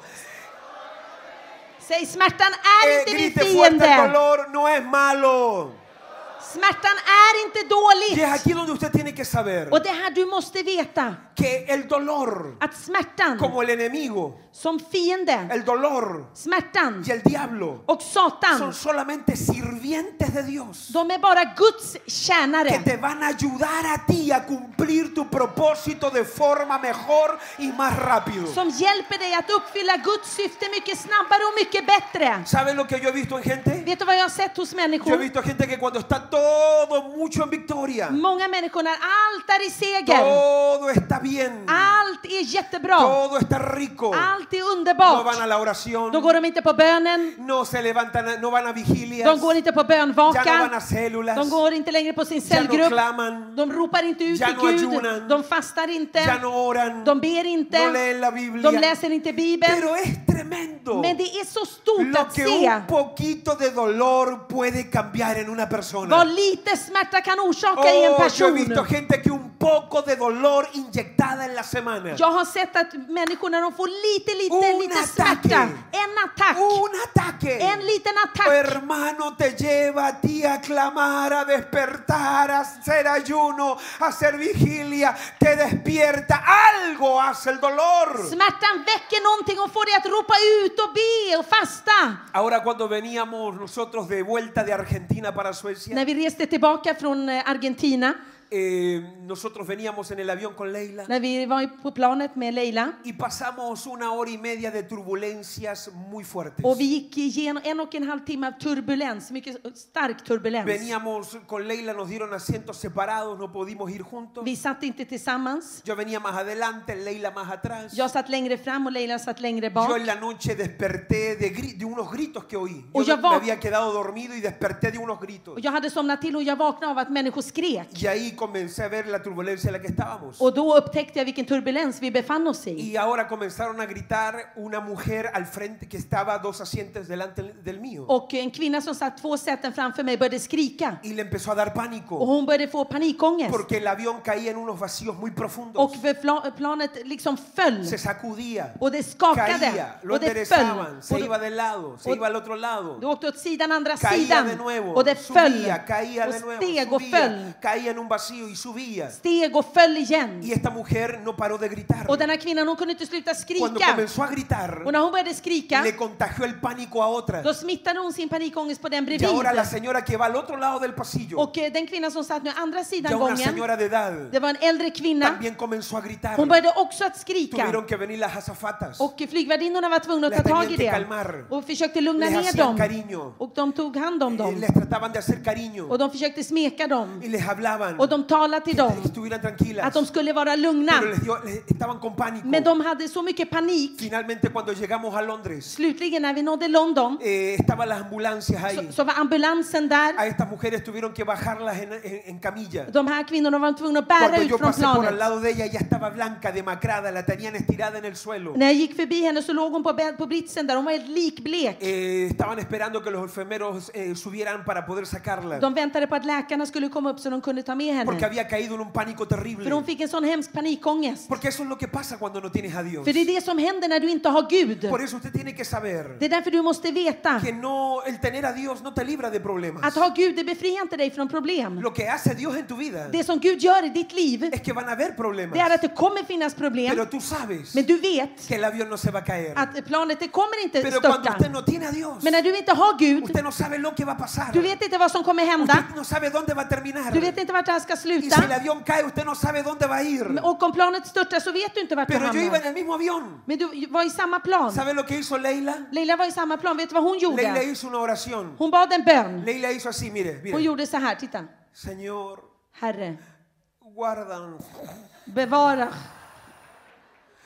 Speaker 2: Säg smärtan
Speaker 1: Eh,
Speaker 2: är inte din
Speaker 1: grite fuerte el
Speaker 2: fiende.
Speaker 1: dolor, no es malo.
Speaker 2: Smärtan är inte
Speaker 1: Y es
Speaker 2: dåligt.
Speaker 1: aquí donde usted tiene que saber
Speaker 2: Och det här du måste veta.
Speaker 1: que el dolor,
Speaker 2: Att smärtan
Speaker 1: como el enemigo,
Speaker 2: som fiende,
Speaker 1: el dolor
Speaker 2: smärtan
Speaker 1: y el diablo
Speaker 2: och
Speaker 1: son
Speaker 2: Satan,
Speaker 1: solamente sirvientes de Dios
Speaker 2: de är bara Guds
Speaker 1: que
Speaker 2: tjänare.
Speaker 1: te van a ayudar a ti a cumplir tu propósito de forma mejor y más rápido.
Speaker 2: Som hjälper dig att uppfylla Guds syfte mycket snabbare och mycket bättre.
Speaker 1: ¿Saben lo que yo he visto en gente?
Speaker 2: Vet du vad jag har sett hos
Speaker 1: Yo he
Speaker 2: människor?
Speaker 1: visto gente que cuando está todo mucho en victoria,
Speaker 2: Många människor när allt är i seger,
Speaker 1: todo está bien,
Speaker 2: Ah. allt är jättebra,
Speaker 1: todo está rico,
Speaker 2: allt är
Speaker 1: no van a
Speaker 2: underbart.
Speaker 1: la oración,
Speaker 2: Då går de inte på bönen,
Speaker 1: no se levantan, a- no van a vigilias,
Speaker 2: de går inte på
Speaker 1: ya no van a
Speaker 2: bönvakan,
Speaker 1: células,
Speaker 2: de går inte längre på sin
Speaker 1: ya no
Speaker 2: cellgrupp,
Speaker 1: claman,
Speaker 2: de ropar inte ut
Speaker 1: Ya
Speaker 2: till
Speaker 1: no ayunan.
Speaker 2: Gud, de fastar
Speaker 1: ya
Speaker 2: inte,
Speaker 1: no oran,
Speaker 2: de ber
Speaker 1: no
Speaker 2: inte,
Speaker 1: leen la
Speaker 2: de
Speaker 1: Biblia.
Speaker 2: läser inte Bibeln.
Speaker 1: Pero es tremendo
Speaker 2: Men det är så stort
Speaker 1: lo
Speaker 2: att
Speaker 1: que
Speaker 2: se
Speaker 1: un poquito de dolor puede cambiar en una persona.
Speaker 2: vad lite smärta kan orsaka i en
Speaker 1: Oh, yo he
Speaker 2: person.
Speaker 1: visto gente que un poco de dolor inyectada en la semana.
Speaker 2: Jag har sett att människor när de får lite,
Speaker 1: Un
Speaker 2: lite, lite
Speaker 1: attack.
Speaker 2: smärta, en attack,
Speaker 1: Un ataque.
Speaker 2: en liten attack,
Speaker 1: Hermano, te lleva a ti a clamar, a despertar, a hacer ayuno, a hacer vigilia. Te despierta. Algo hace el dolor.
Speaker 2: smärtan väcker någonting och får dig att ropa ut och be och fasta.
Speaker 1: Ahora cuando veníamos nosotros de vuelta de Argentina para Suecia,
Speaker 2: När vi reste tillbaka från eh, Argentina,
Speaker 1: eh, nosotros veníamos en el avión con Leila
Speaker 2: när vi var på planet med Leila,
Speaker 1: y pasamos una hora y media de turbulencias muy fuertes.
Speaker 2: och vi gick igenom en och en halv timme av turbulens, mycket stark turbulens.
Speaker 1: Veníamos con Leila, nos dieron asientos separados, no pudimos ir juntos.
Speaker 2: Vi satt inte tillsammans.
Speaker 1: Yo venía más adelante, Leila más atrás.
Speaker 2: Jag satt längre fram och Leila satt längre
Speaker 1: Yo
Speaker 2: bak.
Speaker 1: en la noche desperté de, gri- de unos gritos que oí.
Speaker 2: O
Speaker 1: Yo
Speaker 2: ya
Speaker 1: me
Speaker 2: va.
Speaker 1: había quedado dormido y desperté de unos gritos.
Speaker 2: Och jag hade somnat till och jag vaknade av att människor skrek.
Speaker 1: Y ahí comencé a ver la turbulencia en la que estábamos.
Speaker 2: Och då upptäckte jag vilken turbulens vi befann oss i.
Speaker 1: Y ahora comenzaron a gritar una mujer al frente que estaba dos asientos delante del mío.
Speaker 2: Och en kvinna som satt två säten framför mig började skrika.
Speaker 1: Y le empezó a dar
Speaker 2: Och
Speaker 1: pánico
Speaker 2: hon började få panikångest.
Speaker 1: porque el avión caía en unos vacíos muy profundos.
Speaker 2: Och för fla- planet liksom föll.
Speaker 1: Se sacudía,
Speaker 2: Och det skakade.
Speaker 1: caía, lo
Speaker 2: Och det föll.
Speaker 1: enderezaban,
Speaker 2: Och
Speaker 1: se iba
Speaker 2: då-
Speaker 1: de lado, se
Speaker 2: o-
Speaker 1: iba al otro lado.
Speaker 2: det åkte åt sidan, andra
Speaker 1: Caía de
Speaker 2: sidan.
Speaker 1: nuevo,
Speaker 2: Och det föll.
Speaker 1: subía, caía
Speaker 2: Och
Speaker 1: de nuevo,
Speaker 2: steg och föll.
Speaker 1: subía, caía en un vacío y subía.
Speaker 2: Steg och föll igen.
Speaker 1: Y esta mujer no paró de gritar.
Speaker 2: Och den här kvinnan hon kunde inte sluta
Speaker 1: Cuando
Speaker 2: skrika.
Speaker 1: comenzó a gritar,
Speaker 2: Och när hon började skrika
Speaker 1: le contagió el pánico a otra.
Speaker 2: då smittade hon sin panikångest på den
Speaker 1: Y
Speaker 2: bredvid.
Speaker 1: ahora la señora que va al otro lado del pasillo,
Speaker 2: Och eh, den kvinnan som satt nu andra
Speaker 1: ya
Speaker 2: sidan
Speaker 1: una
Speaker 2: gången,
Speaker 1: señora de edad,
Speaker 2: det var en äldre kvinna.
Speaker 1: también comenzó a gritar.
Speaker 2: Hon började också att
Speaker 1: Tuvieron
Speaker 2: skrika.
Speaker 1: que venir las azafatas.
Speaker 2: Och flygvärdinnorna var tvungna att
Speaker 1: Les
Speaker 2: ta tag i
Speaker 1: tenían que
Speaker 2: det
Speaker 1: calmar.
Speaker 2: och försökte lugna
Speaker 1: Les
Speaker 2: ner
Speaker 1: hacían
Speaker 2: dem.
Speaker 1: cariño.
Speaker 2: Och de tog hand
Speaker 1: Eh,
Speaker 2: om dem.
Speaker 1: les trataban de hacer cariño
Speaker 2: Och de försökte smeka dem.
Speaker 1: y les hablaban
Speaker 2: Och de talade till
Speaker 1: que
Speaker 2: dem
Speaker 1: estuvieran tranquilas.
Speaker 2: att de skulle vara lugna.
Speaker 1: Pero les dio- les- estaban con pánico.
Speaker 2: Men de hade så mycket panik.
Speaker 1: Finalmente cuando llegamos a Londres,
Speaker 2: Slutligen när vi nådde London
Speaker 1: eh, estaban las ambulancias ahí.
Speaker 2: så, så var ambulansen
Speaker 1: A
Speaker 2: där.
Speaker 1: estas mujeres tuvieron que bajarlas en, en- en camilla.
Speaker 2: De här kvinnorna var tvungna att bära
Speaker 1: Cuando
Speaker 2: ut
Speaker 1: yo
Speaker 2: från
Speaker 1: pasé por al
Speaker 2: planet.
Speaker 1: lado de ella, ya estaba blanca, demacrada, la tenían estirada en el suelo.
Speaker 2: När jag gick förbi henne så låg hon på, bädd- på britsen där. Hon var helt likblek.
Speaker 1: Eh, estaban esperando que los enfermeros eh, subieran para poder sacarla,
Speaker 2: De väntade på att läkarna skulle komma upp så de kunde ta med
Speaker 1: porque
Speaker 2: henne.
Speaker 1: había caído en un pánico
Speaker 2: För
Speaker 1: terrible.
Speaker 2: hon fick en sån hemsk panikångest.
Speaker 1: Porque eso es lo que pasa cuando no tienes a Dios.
Speaker 2: För det är det som händer när du inte har Gud.
Speaker 1: Por eso usted tiene que saber
Speaker 2: Det är därför du måste veta
Speaker 1: que no el tener a Dios no te libra de problemas.
Speaker 2: att ha Gud det befriar inte dig från problem.
Speaker 1: Lo que hace Dios en tu vida
Speaker 2: Det som Gud gör i ditt liv
Speaker 1: es que van a haber
Speaker 2: det är
Speaker 1: problemas,
Speaker 2: att det kommer finnas problem.
Speaker 1: pero tú sabes
Speaker 2: Men du vet
Speaker 1: que el avión no se va a caer.
Speaker 2: att planet det kommer inte
Speaker 1: Pero cuando
Speaker 2: störta.
Speaker 1: usted no tiene a Dios,
Speaker 2: Men när du inte har Gud,
Speaker 1: usted no sabe lo que va a pasar.
Speaker 2: du vet inte vad som kommer hända.
Speaker 1: Usted no sabe dónde va a terminar.
Speaker 2: Du vet inte vart det här ska
Speaker 1: Y si el
Speaker 2: sluta.
Speaker 1: avión cae, usted no sabe dónde va a ir.
Speaker 2: Och om planet störtar så vet du inte vart du
Speaker 1: Pero yo iba en
Speaker 2: hamnar.
Speaker 1: el mismo avión.
Speaker 2: Men du var i samma plan.
Speaker 1: ¿Sabe lo que hizo Leila?
Speaker 2: Leila var i samma plan. Vet du vad hon
Speaker 1: Leila
Speaker 2: gjorde?
Speaker 1: hizo una oración.
Speaker 2: Hon bad en bön.
Speaker 1: Leila hizo así, mire,
Speaker 2: Hon
Speaker 1: mire.
Speaker 2: gjorde så här, titta.
Speaker 1: Señor,
Speaker 2: Herre,
Speaker 1: guárdanos.
Speaker 2: bevara.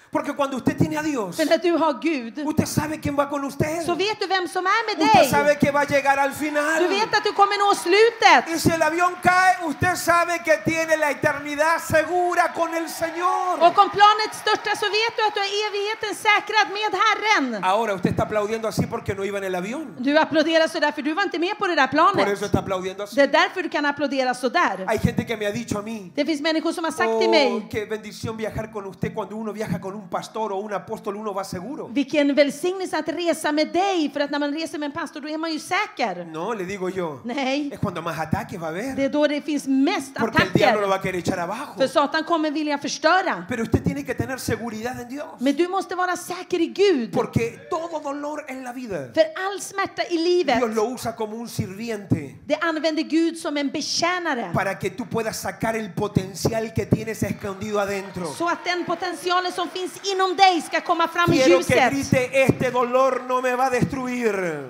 Speaker 1: Porque cuando usted tiene a Dios,
Speaker 2: För när du har Gud
Speaker 1: usted sabe quién va con usted.
Speaker 2: så vet du vem som är med
Speaker 1: Usted
Speaker 2: dig.
Speaker 1: sabe que va a llegar al final.
Speaker 2: Du vet att du kommer nå slutet.
Speaker 1: Y si el avión cae, usted sabe que tiene la eternidad segura con el Señor.
Speaker 2: Och om planet störtar så vet du att du har evigheten säkrad med Herren.
Speaker 1: Ahora usted está aplaudiendo así porque no iba en el avión.
Speaker 2: Du applåderar sådär för du var inte med på det där
Speaker 1: Por eso
Speaker 2: planet.
Speaker 1: está aplaudiendo así.
Speaker 2: Det är därför du kan applådera sådär.
Speaker 1: Hay gente que me ha dicho a mí,
Speaker 2: Det finns människor som har sagt till
Speaker 1: oh,
Speaker 2: mig,
Speaker 1: qué bendición viajar con usted cuando uno viaja con un pastor o un apóstol, uno va seguro.
Speaker 2: vilken välsignelse att resa med dig, för att när man reser med en pastor då är man ju säker.
Speaker 1: No, le digo yo,
Speaker 2: Nej,
Speaker 1: es cuando más ataques va a
Speaker 2: det
Speaker 1: haber,
Speaker 2: är då det finns mest
Speaker 1: porque el diablo lo
Speaker 2: attacker.
Speaker 1: va a querer echar abajo.
Speaker 2: För Satan kommer vilja förstöra.
Speaker 1: Pero usted tiene que tener seguridad en Dios,
Speaker 2: Men du måste vara säker i Gud.
Speaker 1: porque todo dolor en la vida,
Speaker 2: För all smärta i livet,
Speaker 1: Dios lo usa como un sirviente
Speaker 2: det använder Gud som en betjänare.
Speaker 1: para que tú puedas sacar el potencial que tienes escondido adentro.
Speaker 2: Så att den potentialen som finns inom dig ska komma fram i
Speaker 1: Quiero que
Speaker 2: ljuset.
Speaker 1: grite, este dolor no me va a destruir.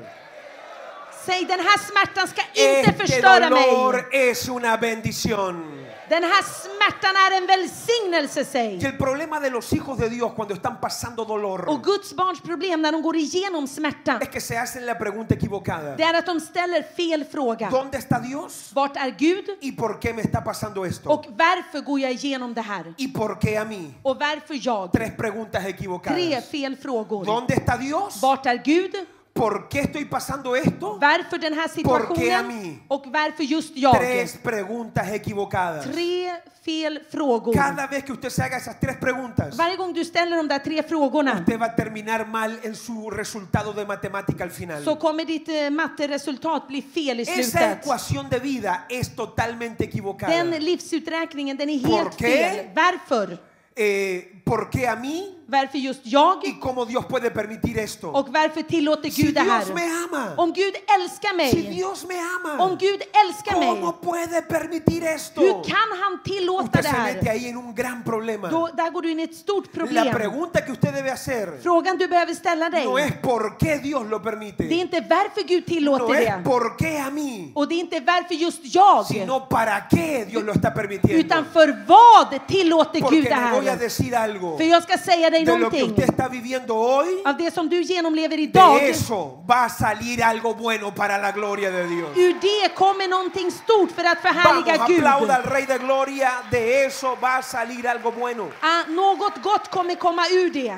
Speaker 2: Säg den här smärtan ska inte
Speaker 1: Este
Speaker 2: förstöra mig.
Speaker 1: dolor es una bendición.
Speaker 2: Den här smärtan är en välsignelse,
Speaker 1: Y
Speaker 2: säg.
Speaker 1: el problema de los hijos de Dios cuando están pasando dolor
Speaker 2: Och Guds barns problem när de går igenom smärta,
Speaker 1: es que se hacen la pregunta equivocada.
Speaker 2: det är att de ställer fel fråga.
Speaker 1: ¿Dónde está Dios?
Speaker 2: Vart är Gud?
Speaker 1: ¿Y por qué me está pasando esto?
Speaker 2: Och varför går jag igenom det här?
Speaker 1: ¿Y por qué a mí?
Speaker 2: Och varför jag?
Speaker 1: Tres preguntas
Speaker 2: Tre
Speaker 1: equivocadas.
Speaker 2: fel frågor.
Speaker 1: ¿Dónde está Dios?
Speaker 2: Vart är Gud?
Speaker 1: ¿Por qué estoy pasando esto?
Speaker 2: Varför den här
Speaker 1: a
Speaker 2: situationen
Speaker 1: mí?
Speaker 2: och varför just jag?
Speaker 1: Tres preguntas equivocadas.
Speaker 2: Tre fel frågor.
Speaker 1: Cada vez que usted se haga esas tres preguntas,
Speaker 2: Varje gång du ställer de där tre frågorna
Speaker 1: usted va a terminar mal en su resultado de matemática al final.
Speaker 2: så kommer ditt eh, matteresultat bli fel i
Speaker 1: Esa
Speaker 2: slutet.
Speaker 1: ecuación de vida es totalmente equivocada.
Speaker 2: Den livsuträkningen, den är
Speaker 1: Por
Speaker 2: helt
Speaker 1: qué?
Speaker 2: fel. Varför?
Speaker 1: Eh, ¿Por qué a mí?
Speaker 2: Varför just jag?
Speaker 1: ¿Y cómo Dios puede permitir esto?
Speaker 2: Och varför tillåter
Speaker 1: Si
Speaker 2: Gud det
Speaker 1: Dios me
Speaker 2: här?
Speaker 1: ama,
Speaker 2: Om Gud älskar
Speaker 1: si
Speaker 2: mig,
Speaker 1: Dios me ama,
Speaker 2: om Gud älskar mig,
Speaker 1: ¿cómo puede permitir esto?
Speaker 2: hur kan han tillåta
Speaker 1: Usted
Speaker 2: det
Speaker 1: se mete
Speaker 2: här?
Speaker 1: ahí en un gran problema.
Speaker 2: Då, där går du in i ett stort
Speaker 1: La
Speaker 2: problem.
Speaker 1: pregunta que usted debe hacer
Speaker 2: Frågan du behöver ställa dig,
Speaker 1: no es por qué Dios lo
Speaker 2: det är
Speaker 1: permite,
Speaker 2: inte varför Gud
Speaker 1: no
Speaker 2: tillåter
Speaker 1: es
Speaker 2: det.
Speaker 1: por qué a mí,
Speaker 2: Och det är inte varför just jag,
Speaker 1: sino para qué Dios lo está permitiendo.
Speaker 2: utan för vad tillåter
Speaker 1: Porque
Speaker 2: Gud det
Speaker 1: le voy a
Speaker 2: här?
Speaker 1: decir algo
Speaker 2: För jag ska säga dig
Speaker 1: de lo que
Speaker 2: någonting.
Speaker 1: usted está viviendo hoy.
Speaker 2: Av det som du genomlever idag,
Speaker 1: De eso va a salir algo bueno para la gloria de Dios.
Speaker 2: ur det kommer någonting stort för att
Speaker 1: Vamos,
Speaker 2: förhärliga Gud.
Speaker 1: aplauda al Rey de Gloria. De eso va a salir algo bueno.
Speaker 2: Ah, något gott kommer komma ur det.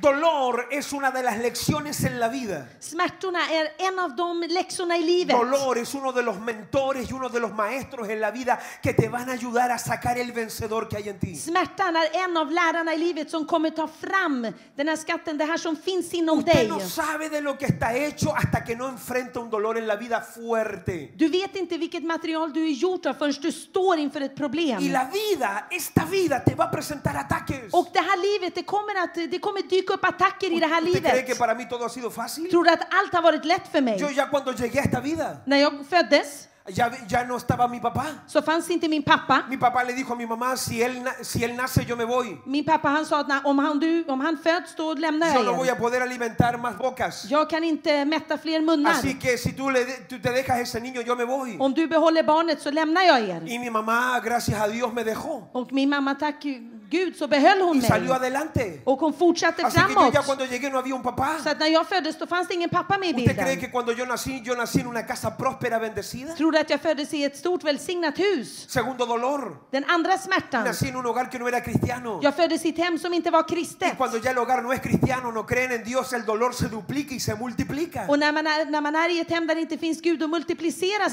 Speaker 1: Dolor es una de las lecciones en la vida.
Speaker 2: Smärtorna är en av de läxorna i livet.
Speaker 1: Dolor es uno de los mentores y uno de los maestros en la vida que te van a ayudar a sacar el vencedor que hay en ti.
Speaker 2: Smärtan är en av lärarna i livet som kommer ta fram den här skatten, det här som finns inom
Speaker 1: Usted
Speaker 2: dig.
Speaker 1: no sabe de lo que está hecho hasta que no enfrenta un dolor en la vida fuerte.
Speaker 2: Du vet inte vilket material du är gjort av förrän du står inför ett problem.
Speaker 1: Y la vida, esta vida te va a presentar ataques.
Speaker 2: Och det här livet, det kommer, att, det kommer dyka upp attacker i det här
Speaker 1: ¿Usted cree que
Speaker 2: livet.
Speaker 1: para mí todo ha sido fácil?
Speaker 2: Tror du att allt har varit lätt för
Speaker 1: Yo
Speaker 2: mig?
Speaker 1: ya cuando llegué a esta vida,
Speaker 2: När jag föddes
Speaker 1: ya, ya no estaba mi papá.
Speaker 2: så fanns inte min pappa.
Speaker 1: Mi papá le dijo a mi mamá, si él, na- si él nace yo me voy.
Speaker 2: Min pappa han sa att när- om han, du, om han föds då lämnar
Speaker 1: Yo no
Speaker 2: jag
Speaker 1: voy
Speaker 2: er.
Speaker 1: a poder alimentar más bocas.
Speaker 2: Jag kan inte mätta fler munnar.
Speaker 1: Así que si tú, le de- tú te dejas ese niño yo me voy.
Speaker 2: Om du behåller barnet så lämnar jag er.
Speaker 1: Y mi mamá, gracias a Dios, me dejó.
Speaker 2: Och min mamma, tack Gud, så behöll hon
Speaker 1: Y salió
Speaker 2: mig.
Speaker 1: adelante.
Speaker 2: Och hon fortsatte
Speaker 1: Así que yo
Speaker 2: framåt.
Speaker 1: ya cuando llegué no había un papá.
Speaker 2: Så att när jag föddes då fanns det ingen pappa med i
Speaker 1: ¿Usted cree
Speaker 2: bilden.
Speaker 1: que cuando yo nací, yo nací en una casa próspera, bendecida?
Speaker 2: Tror du att jag föddes i ett stort välsignat hus?
Speaker 1: Segundo dolor,
Speaker 2: Den andra smärtan.
Speaker 1: nací en un hogar que no era cristiano.
Speaker 2: Jag föddes i ett hem som inte var
Speaker 1: Y
Speaker 2: kristet.
Speaker 1: cuando ya el hogar no es cristiano, no creen en Dios, el dolor se duplica y se multiplica.
Speaker 2: Och när man, är, när man är i ett hem där det inte finns Gud, då multipliceras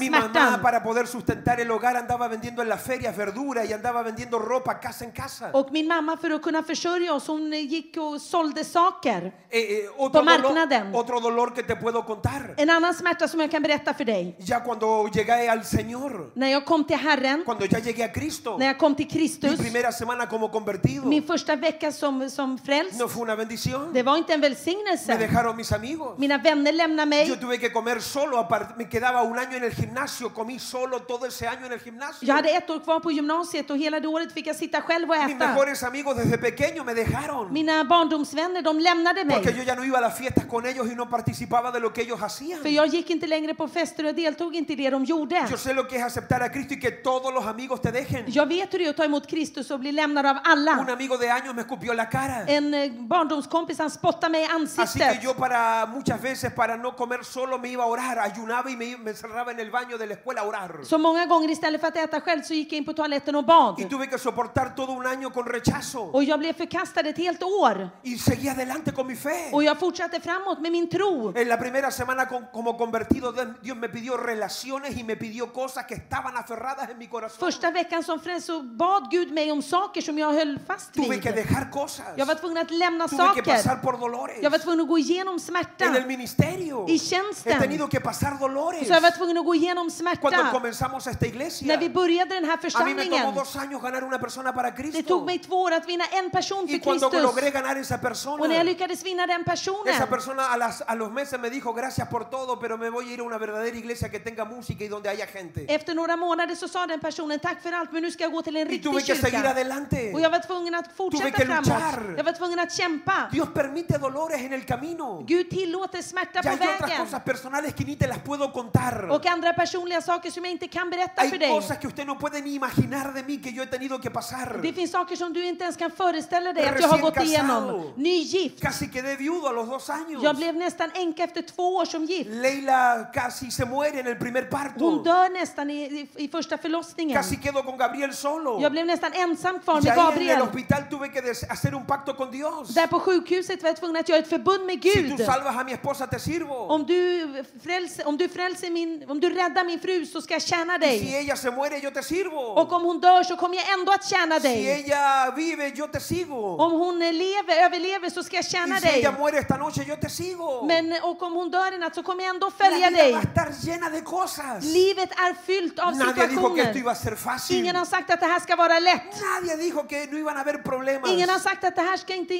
Speaker 1: Mi mamá
Speaker 2: smärtan.
Speaker 1: para poder sustentar el hogar andaba vendiendo en las ferias verduras y andaba vendiendo ropa casa en casa.
Speaker 2: Och min mamma, för att kunna försörja oss, hon gick och sålde saker.
Speaker 1: Eh, eh, otro,
Speaker 2: Tomar Eh.
Speaker 1: dolor,
Speaker 2: Knadem.
Speaker 1: otro dolor que te puedo contar.
Speaker 2: En annan smärta som jag kan berätta för dig.
Speaker 1: Ya cuando llegué al Señor,
Speaker 2: När jag kom till Herren,
Speaker 1: cuando ya llegué a Cristo,
Speaker 2: när jag kom till
Speaker 1: mi
Speaker 2: Kristus,
Speaker 1: primera semana como convertido,
Speaker 2: min första vecka som, som frälst,
Speaker 1: no fue una bendición.
Speaker 2: det var inte en
Speaker 1: Me
Speaker 2: välsignelse.
Speaker 1: dejaron mis amigos.
Speaker 2: Mina vänner lämnade
Speaker 1: Yo
Speaker 2: mig.
Speaker 1: tuve que comer solo, apart- me quedaba un año en el gimnasio, comí solo todo ese año en el gimnasio.
Speaker 2: Jag hade ett år kvar på gymnasiet och hela det året fick jag sitta själv och
Speaker 1: Mis
Speaker 2: äta.
Speaker 1: mejores amigos desde pequeño me dejaron.
Speaker 2: Mina barndomsvänner, de lämnade
Speaker 1: Porque yo
Speaker 2: mig.
Speaker 1: ya no iba a las fiestas con ellos y no participaba de lo que ellos hacían.
Speaker 2: För jag gick inte längre på fester och jag deltog inte i det de gjorde.
Speaker 1: Yo sé lo que es aceptar a Cristo y que todos los amigos te dejen.
Speaker 2: Jag vet hur det är att ta emot Kristus och bli lämnad av
Speaker 1: Un
Speaker 2: alla.
Speaker 1: amigo de años me escupió la cara.
Speaker 2: En eh, barndomskompis han spottade mig i
Speaker 1: Así que
Speaker 2: ansiktet.
Speaker 1: yo para muchas veces para no comer solo me iba a orar, ayunaba y me, me encerraba en el baño de la escuela a orar.
Speaker 2: Så många gånger istället för att äta själv så gick jag in på toaletten och bad.
Speaker 1: Y tuve que soportar todo un año con rechazo
Speaker 2: Och jag blev förkastad ett helt år.
Speaker 1: y seguí adelante con mi fe.
Speaker 2: Och jag fortsatte framåt med min tro.
Speaker 1: En la primera semana con- como convertido Dios- Dios me pidió relaciones y me pidió cosas que estaban aferradas en mi corazón.
Speaker 2: Första veckan som frälst så bad Gud mig om saker som jag höll fast
Speaker 1: Tuve que
Speaker 2: vid.
Speaker 1: dejar cosas.
Speaker 2: Jag var tvungen att lämna
Speaker 1: Tuve que
Speaker 2: saker.
Speaker 1: pasar por dolores.
Speaker 2: Jag var tvungen att gå igenom
Speaker 1: en el
Speaker 2: smärta.
Speaker 1: ministerio.
Speaker 2: Y tjänsten.
Speaker 1: He tenido que pasar dolores.
Speaker 2: Så jag var tvungen att gå
Speaker 1: Cuando
Speaker 2: igenom smärta.
Speaker 1: comenzamos esta
Speaker 2: När
Speaker 1: iglesia,
Speaker 2: vi började den här
Speaker 1: a mí me tomó
Speaker 2: församlingen.
Speaker 1: dos años ganar una persona para
Speaker 2: Det
Speaker 1: Cristo.
Speaker 2: tog mig två år att vinna en person för
Speaker 1: Y cuando
Speaker 2: Kristus.
Speaker 1: logré ganar esa
Speaker 2: Och när jag
Speaker 1: persona,
Speaker 2: lyckades vinna den personen
Speaker 1: esa persona a, las- a los meses me dijo, gracias por todo, pero me voy a ir a una verdadera iglesia que tenga música y donde haya gente.
Speaker 2: Efter några månader så sa den personen tack för allt men nu ska jag gå till en
Speaker 1: Y tuve
Speaker 2: riktig
Speaker 1: que seguir
Speaker 2: kyrka.
Speaker 1: adelante.
Speaker 2: Och jag var tvungen att
Speaker 1: Tuve que
Speaker 2: fortsätta
Speaker 1: luchar.
Speaker 2: framåt. Jag var tvungen att kämpa.
Speaker 1: Dios permite dolores en el camino.
Speaker 2: Gud tillåter smärta
Speaker 1: Ya
Speaker 2: på
Speaker 1: hay otras
Speaker 2: vägen.
Speaker 1: cosas personales que ni te las puedo contar.
Speaker 2: Och andra personliga saker som jag inte kan berätta för
Speaker 1: Hay
Speaker 2: dig.
Speaker 1: cosas que usted no puede ni imaginar de mí que yo he tenido que pasar.
Speaker 2: Det finns saker som som du inte ens kan föreställa dig att
Speaker 1: Recién
Speaker 2: jag har gått
Speaker 1: casado.
Speaker 2: igenom. Nygift.
Speaker 1: Casi quedé viudo a los dos años.
Speaker 2: Jag blev nästan änka efter två år som gift.
Speaker 1: Leila casi se muere en el primer parto.
Speaker 2: Hon dör nästan i, i, i första förlossningen.
Speaker 1: Casi quedo con Gabriel solo.
Speaker 2: Jag blev nästan ensam kvar
Speaker 1: Y
Speaker 2: med
Speaker 1: ahí en
Speaker 2: Gabriel.
Speaker 1: el hospital tuve que des- hacer un pacto con Dios.
Speaker 2: Där på sjukhuset var jag tvungen att göra ett förbund med
Speaker 1: Si tú
Speaker 2: Gud.
Speaker 1: salvas a mi esposa, te sirvo.
Speaker 2: Om du, frälser, om, du frälser min, om du räddar min fru så ska jag tjäna
Speaker 1: Y si
Speaker 2: dig.
Speaker 1: ella se muere, yo te sirvo.
Speaker 2: Och om hon dör så kommer jag ändå att tjäna
Speaker 1: Si
Speaker 2: dig.
Speaker 1: ella vive, yo te sigo.
Speaker 2: Om hon lever, överlever så ska jag
Speaker 1: Y
Speaker 2: tjäna
Speaker 1: si ella
Speaker 2: dig.
Speaker 1: muere esta noche, yo te sigo. La
Speaker 2: Men, och om hon dör i natt så kommer jag ändå
Speaker 1: vida
Speaker 2: följa dig.
Speaker 1: va a estar llena de cosas.
Speaker 2: Livet är fyllt av
Speaker 1: Nadie dijo que esto
Speaker 2: situationer.
Speaker 1: iba a ser fácil.
Speaker 2: Ingen har sagt att det här ska vara lätt.
Speaker 1: Nadie dijo que no iban a haber problemas.
Speaker 2: Ingen har sagt att det här ska inte,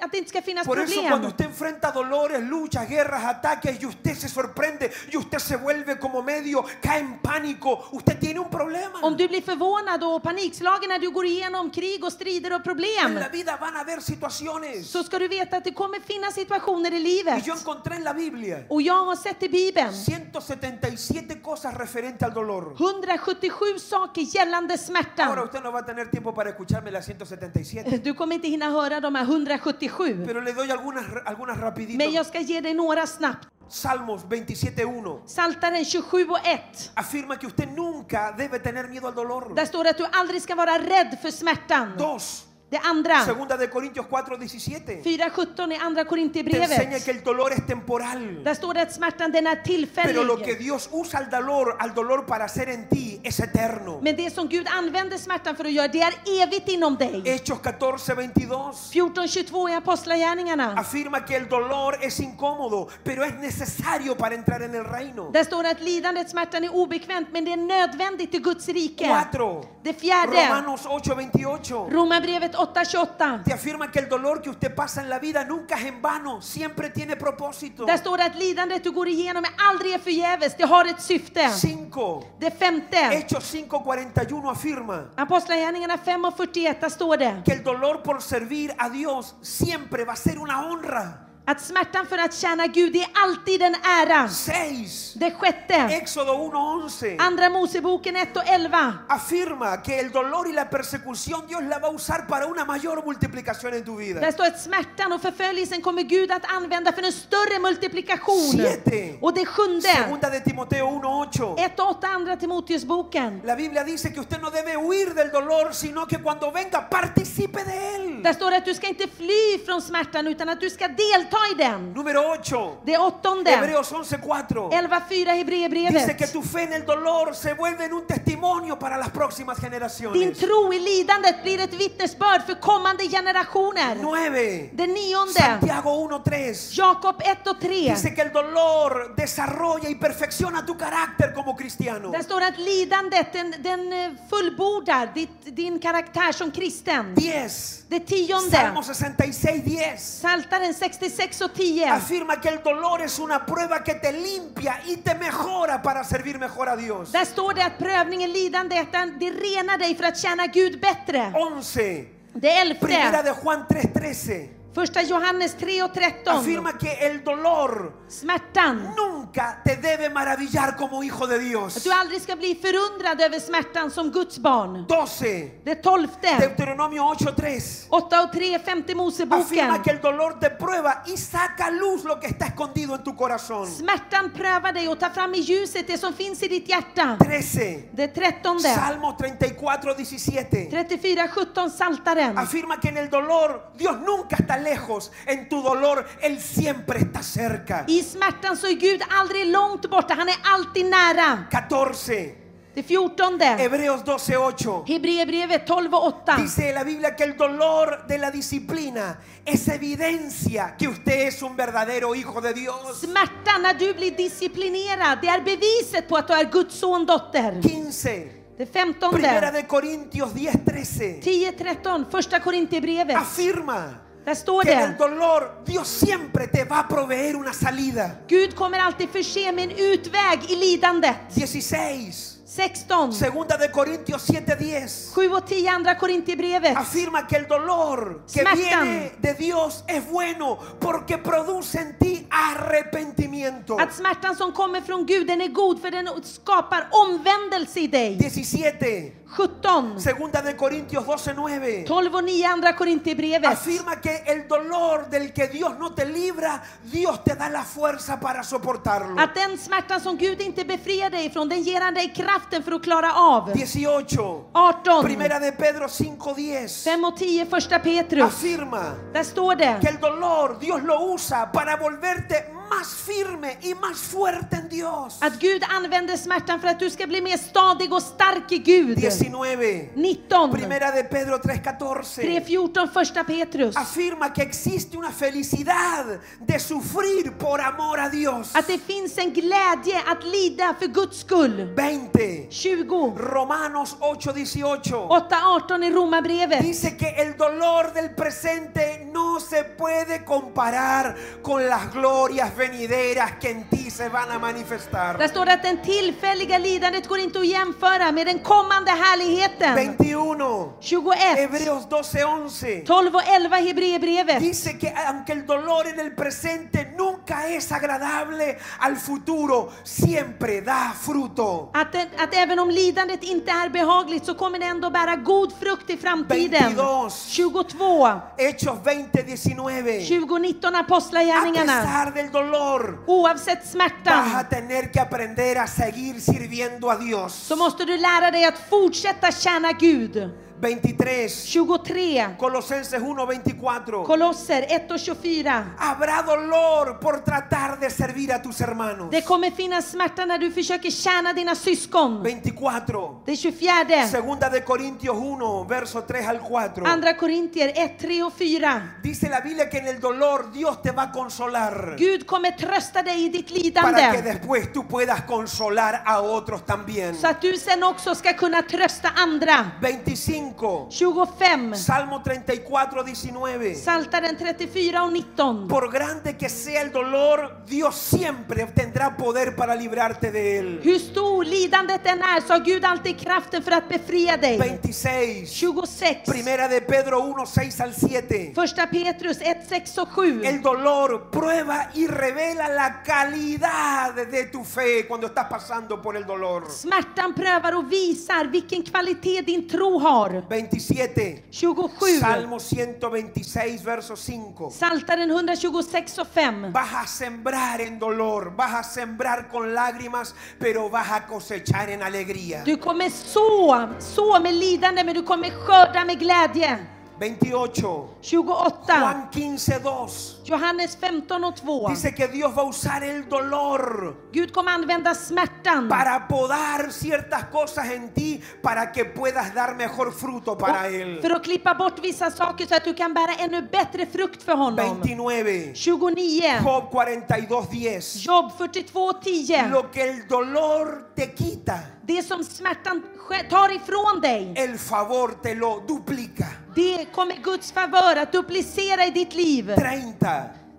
Speaker 2: att det inte ska finnas
Speaker 1: Por eso cuando
Speaker 2: problem.
Speaker 1: usted enfrenta dolores, luchas, guerras, ataques y usted se sorprende y usted se vuelve como medio, cae en pánico, usted tiene un problema.
Speaker 2: Om du blir förvånad och panikslagen när du går igenom krig och strider och
Speaker 1: En
Speaker 2: problem
Speaker 1: la vida van a haber situaciones.
Speaker 2: så ska du veta att det kommer finnas situationer i
Speaker 1: Y
Speaker 2: livet.
Speaker 1: yo encontré en la Biblia
Speaker 2: Och jag har sett i Bibeln
Speaker 1: 177 cosas referentes al dolor.
Speaker 2: 177 saker gällande
Speaker 1: Ahora
Speaker 2: smärtan.
Speaker 1: usted no va a tener tiempo para escucharme las 177,
Speaker 2: Du kommer inte hinna höra de här 177.
Speaker 1: pero le doy algunas, algunas rapidito.
Speaker 2: Men jag ska ge dig några snabbt.
Speaker 1: Salmos 27.1
Speaker 2: Saltaren 27 och 1.
Speaker 1: afirma que usted nunca debe tener miedo al dolor.
Speaker 2: Där står det att du aldrig ska vara rädd för smärtan.
Speaker 1: Dos,
Speaker 2: Det andra,
Speaker 1: segunda de Corintios 4.17
Speaker 2: 4.17 i Andra
Speaker 1: te enseña
Speaker 2: Korinthierbrevet.
Speaker 1: que el dolor es temporal.
Speaker 2: Där står det att smärtan den är
Speaker 1: Pero lo que
Speaker 2: tillfällig.
Speaker 1: Dios usa al dolor, al dolor para hacer en ti es eterno.
Speaker 2: Men det som Gud använder smärtan för att göra, det är evigt inom dig.
Speaker 1: Hechos 14, 22
Speaker 2: 14.22 i Apostlagärningarna.
Speaker 1: afirma que el dolor es incómodo, pero es necesario para entrar en el reino.
Speaker 2: Där står det att lidandet, smärtan är obekvämt, men det är nödvändigt i Guds rike.
Speaker 1: Cuatro,
Speaker 2: Det fjärde,
Speaker 1: Romanos 8, 28
Speaker 2: Romarbrevet 8.28.
Speaker 1: te afirma que el dolor que usted pasa en la vida nunca es en vano, siempre tiene propósito.
Speaker 2: Där står det att lidandet du går igenom är aldrig är förgäves, det har ett syfte.
Speaker 1: Cinco,
Speaker 2: Det femte,
Speaker 1: Hechos 5, 41 afirma
Speaker 2: Apostlagärningarna 5 och 41, där står det
Speaker 1: que el dolor por servir a Dios siempre va a ser una honra.
Speaker 2: att smärtan för att tjäna Gud är alltid en ära.
Speaker 1: Seis,
Speaker 2: Det sjätte,
Speaker 1: Éxodo 1:11
Speaker 2: Andra Moseboken 1 och 11.
Speaker 1: afirma que el dolor y la persecución Dios la va a usar para una mayor multiplicación en tu vida.
Speaker 2: Där står att smärtan och förföljelsen kommer Gud att använda för en större multiplikation.
Speaker 1: Siete.
Speaker 2: Och det sjunde,
Speaker 1: Segunda de Timoteo 1:8.
Speaker 2: 1 och 8 Andra Timoteusboken.
Speaker 1: La Biblia dice que usted no debe huir del dolor, sino que cuando venga participe de
Speaker 2: Där
Speaker 1: él.
Speaker 2: står det att du ska inte fly från smärtan utan att du ska delta i den.
Speaker 1: Número 8.
Speaker 2: Det åttonde,
Speaker 1: Hebreos 11:4.
Speaker 2: 11.4
Speaker 1: Dice que
Speaker 2: Hebreerbrevet.
Speaker 1: tu fe en el dolor se vuelve en un testimonio para las próximas
Speaker 2: Din
Speaker 1: generaciones.
Speaker 2: tro i lidandet blir ett vittnesbörd för kommande generationer.
Speaker 1: 9.
Speaker 2: Det nionde,
Speaker 1: Santiago 1:3.
Speaker 2: Jakob 1 och 3.
Speaker 1: Dice que el dolor desarrolla y perfecciona tu carácter como cristiano.
Speaker 2: Där står det att lidandet den, den eh, fullbordar ditt, din karaktär som kristen.
Speaker 1: 10.
Speaker 2: Det tionde,
Speaker 1: Salmo 66, 10.
Speaker 2: Psaltaren 66 och 10.
Speaker 1: Afirma que el dolor es una prueba que te limpia y te mejora para servir mejor a Dios.
Speaker 2: Där står det att prövningen, lidandet, den- det renar dig för att tjäna Gud bättre.
Speaker 1: 11.
Speaker 2: Det
Speaker 1: Primera
Speaker 2: elfte,
Speaker 1: de Juan 3:13.
Speaker 2: första Johannes 3 och 13.
Speaker 1: Afirma que el dolor
Speaker 2: Smärtan.
Speaker 1: nunca te debe maravillar como hijo de
Speaker 2: Att
Speaker 1: Dios.
Speaker 2: du aldrig ska bli förundrad över smärtan som Guds barn.
Speaker 1: 12.
Speaker 2: Det tolfte,
Speaker 1: Deuteronomio 8:3.
Speaker 2: 8 och 3, femte Moseboken.
Speaker 1: Afirma que el dolor te prueba y saca a luz lo que está escondido en tu corazón.
Speaker 2: Smärtan prövar dig och tar fram i ljuset det som finns i ditt hjärta.
Speaker 1: 13.
Speaker 2: Det trettonde,
Speaker 1: Salmos 34, 17.
Speaker 2: 34, 17 Saltaren.
Speaker 1: Afirma que en el dolor Dios nunca está lejos. En tu dolor Él siempre está cerca.
Speaker 2: I smärtan så är Gud aldrig långt borta, han är alltid nära.
Speaker 1: 14.
Speaker 2: Det fjortonde,
Speaker 1: Hebreos 12, 8.
Speaker 2: Hebreerbrevet 12 och 8.
Speaker 1: Dice la Biblia que el dolor de la disciplina es evidencia que usted es un verdadero hijo de Dios.
Speaker 2: Smärtan när du blir disciplinerad, det är beviset på att du är Guds son, dotter.
Speaker 1: 15.
Speaker 2: Det
Speaker 1: Primera
Speaker 2: femtonde,
Speaker 1: de Corintios 10, 13.
Speaker 2: 10, 13, första Korinthierbrevet.
Speaker 1: Afirma
Speaker 2: Där står
Speaker 1: que en el
Speaker 2: det,
Speaker 1: dolor Dios siempre te va a proveer una salida.
Speaker 2: Gud kommer alltid förse med en utväg i lidandet.
Speaker 1: 16.
Speaker 2: 16,
Speaker 1: Segunda de Corintios 7:10
Speaker 2: 7 och 10 andra Korinthierbrevet.
Speaker 1: afirma que el dolor que
Speaker 2: Smackan.
Speaker 1: viene de Dios es bueno porque produce en ti arrepentimiento.
Speaker 2: Att smärtan som kommer från Gud, den är god för den skapar omvändelse i dig.
Speaker 1: 17.
Speaker 2: 17,
Speaker 1: Segunda de Corintios 12:9.
Speaker 2: 12 och 9 andra Korinthierbrevet.
Speaker 1: Afirma que el dolor del que Dios no te libra, Dios te da la fuerza para soportarlo.
Speaker 2: Att den smärtan som Gud inte befriar dig från, den ger han dig kraften för att klara av.
Speaker 1: 18.
Speaker 2: 18,
Speaker 1: Primera de Pedro 5:10.
Speaker 2: 5 och 10, första
Speaker 1: Alltså.
Speaker 2: Petrus.
Speaker 1: Afirma
Speaker 2: Där står
Speaker 1: que
Speaker 2: det
Speaker 1: el dolor Dios lo usa para volverte más firme y más fuerte en Dios.
Speaker 2: att Gud använder smärtan för att du ska bli mer stadig och stark i Gud.
Speaker 1: 19.
Speaker 2: 19,
Speaker 1: Primera de Pedro
Speaker 2: 3,
Speaker 1: 3:14.
Speaker 2: 14, första Petrus.
Speaker 1: Alltså. Afirma que existe una felicidad de sufrir por amor a Dios.
Speaker 2: Att det finns en glädje att lida för Guds skull.
Speaker 1: 20.
Speaker 2: 20,
Speaker 1: Romanos 8:18.
Speaker 2: 8, 18 i Romarbrevet.
Speaker 1: Dice que el dolor del presente no se puede comparar con las glorias venideras que en ti se van a
Speaker 2: Där
Speaker 1: manifestar.
Speaker 2: står det att det tillfälliga lidandet går inte att jämföra med den kommande härligheten.
Speaker 1: 21.
Speaker 2: 21,
Speaker 1: Hebreos 12:11.
Speaker 2: 12 och 11 i Hebreerbrevet.
Speaker 1: Dice que aunque el dolor en el presente nunca es agradable, al futuro siempre da fruto.
Speaker 2: Att, den- att även om lidandet inte är behagligt så kommer det ändå bära god frukt i framtiden.
Speaker 1: 22.
Speaker 2: 22,
Speaker 1: Hechos 20, 19.
Speaker 2: 20 19
Speaker 1: A
Speaker 2: Apostlagärningarna.
Speaker 1: pesar del dolor,
Speaker 2: Oavsett
Speaker 1: vas
Speaker 2: smärtan
Speaker 1: a tener que aprender a seguir sirviendo a Dios.
Speaker 2: så måste du lära dig att fortsätta tjäna Gud.
Speaker 1: 23.
Speaker 2: 23,
Speaker 1: Colosenses 1, 24.
Speaker 2: Kolosser 1 och 24.
Speaker 1: Habrá dolor por tratar de servir a tus hermanos.
Speaker 2: Det kommer finnas smärta när du försöker tjäna dina syskon.
Speaker 1: 24.
Speaker 2: Det 24.
Speaker 1: Segunda de Corintios 1, verso 3 al 4.
Speaker 2: Andra Korintier 1, 3 och 4.
Speaker 1: Dice la Biblia que en el dolor Dios te va a consolar.
Speaker 2: Gud kommer trösta dig i ditt
Speaker 1: Para que
Speaker 2: lidande.
Speaker 1: después tú puedas consolar a otros también.
Speaker 2: Så att du sen också ska kunna trösta andra.
Speaker 1: 25.
Speaker 2: 25.
Speaker 1: Salmo 34, 19.
Speaker 2: Saltaren 34 och 19.
Speaker 1: Por grande que sea el dolor, Dios siempre tendrá poder para librarte de él.
Speaker 2: Hur stor lidandet än är så har Gud alltid kraften för att befria dig.
Speaker 1: 26.
Speaker 2: 26.
Speaker 1: Primera de Pedro 1, 6 al 7.
Speaker 2: Första Petrus 1, 6 och 7.
Speaker 1: El dolor prueba y revela la calidad de tu fe cuando estás pasando por el dolor.
Speaker 2: Smärtan prövar och visar vilken kvalitet din tro har.
Speaker 1: 27.
Speaker 2: 27.
Speaker 1: Salmo 126, verso 5.
Speaker 2: Saltaren 126 och 5.
Speaker 1: Vas a sembrar en dolor, vas a sembrar con lágrimas, pero vas a cosechar en alegría.
Speaker 2: Du kommer så, så med lidande men du kommer skörda med glädje.
Speaker 1: 28.
Speaker 2: 28.
Speaker 1: Juan 15, 2.
Speaker 2: Johannes 15 och 2.
Speaker 1: Dice que Dios va a usar el dolor
Speaker 2: Gud kommer använda smärtan
Speaker 1: para podar ciertas cosas en ti para que puedas dar mejor fruto para Él.
Speaker 2: och för att klippa bort vissa saker så att du kan bära ännu bättre frukt för honom.
Speaker 1: 29.
Speaker 2: 29.
Speaker 1: Job 42, 10.
Speaker 2: Jobb 42 10.
Speaker 1: Lo que el dolor te quita,
Speaker 2: Det som smärtan sk- tar ifrån dig,
Speaker 1: el favor te lo duplica.
Speaker 2: det kommer Guds favör att duplicera i ditt liv.
Speaker 1: 30.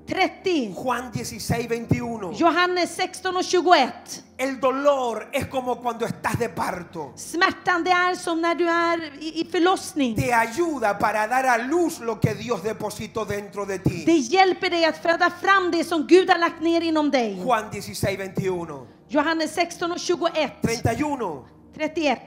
Speaker 2: 30.
Speaker 1: Juan 16, 21.
Speaker 2: Johannes 16 och 21.
Speaker 1: El dolor es como cuando estás de parto.
Speaker 2: Smärtan det är som när du är i i förlossning.
Speaker 1: Te ayuda para dar a luz lo que Dios depositó dentro de
Speaker 2: Det
Speaker 1: ti.
Speaker 2: hjälper dig att föda fram det som Gud har lagt ner inom dig.
Speaker 1: Juan 16, 21.
Speaker 2: Johannes 16 och 21.
Speaker 1: 31.
Speaker 2: 31.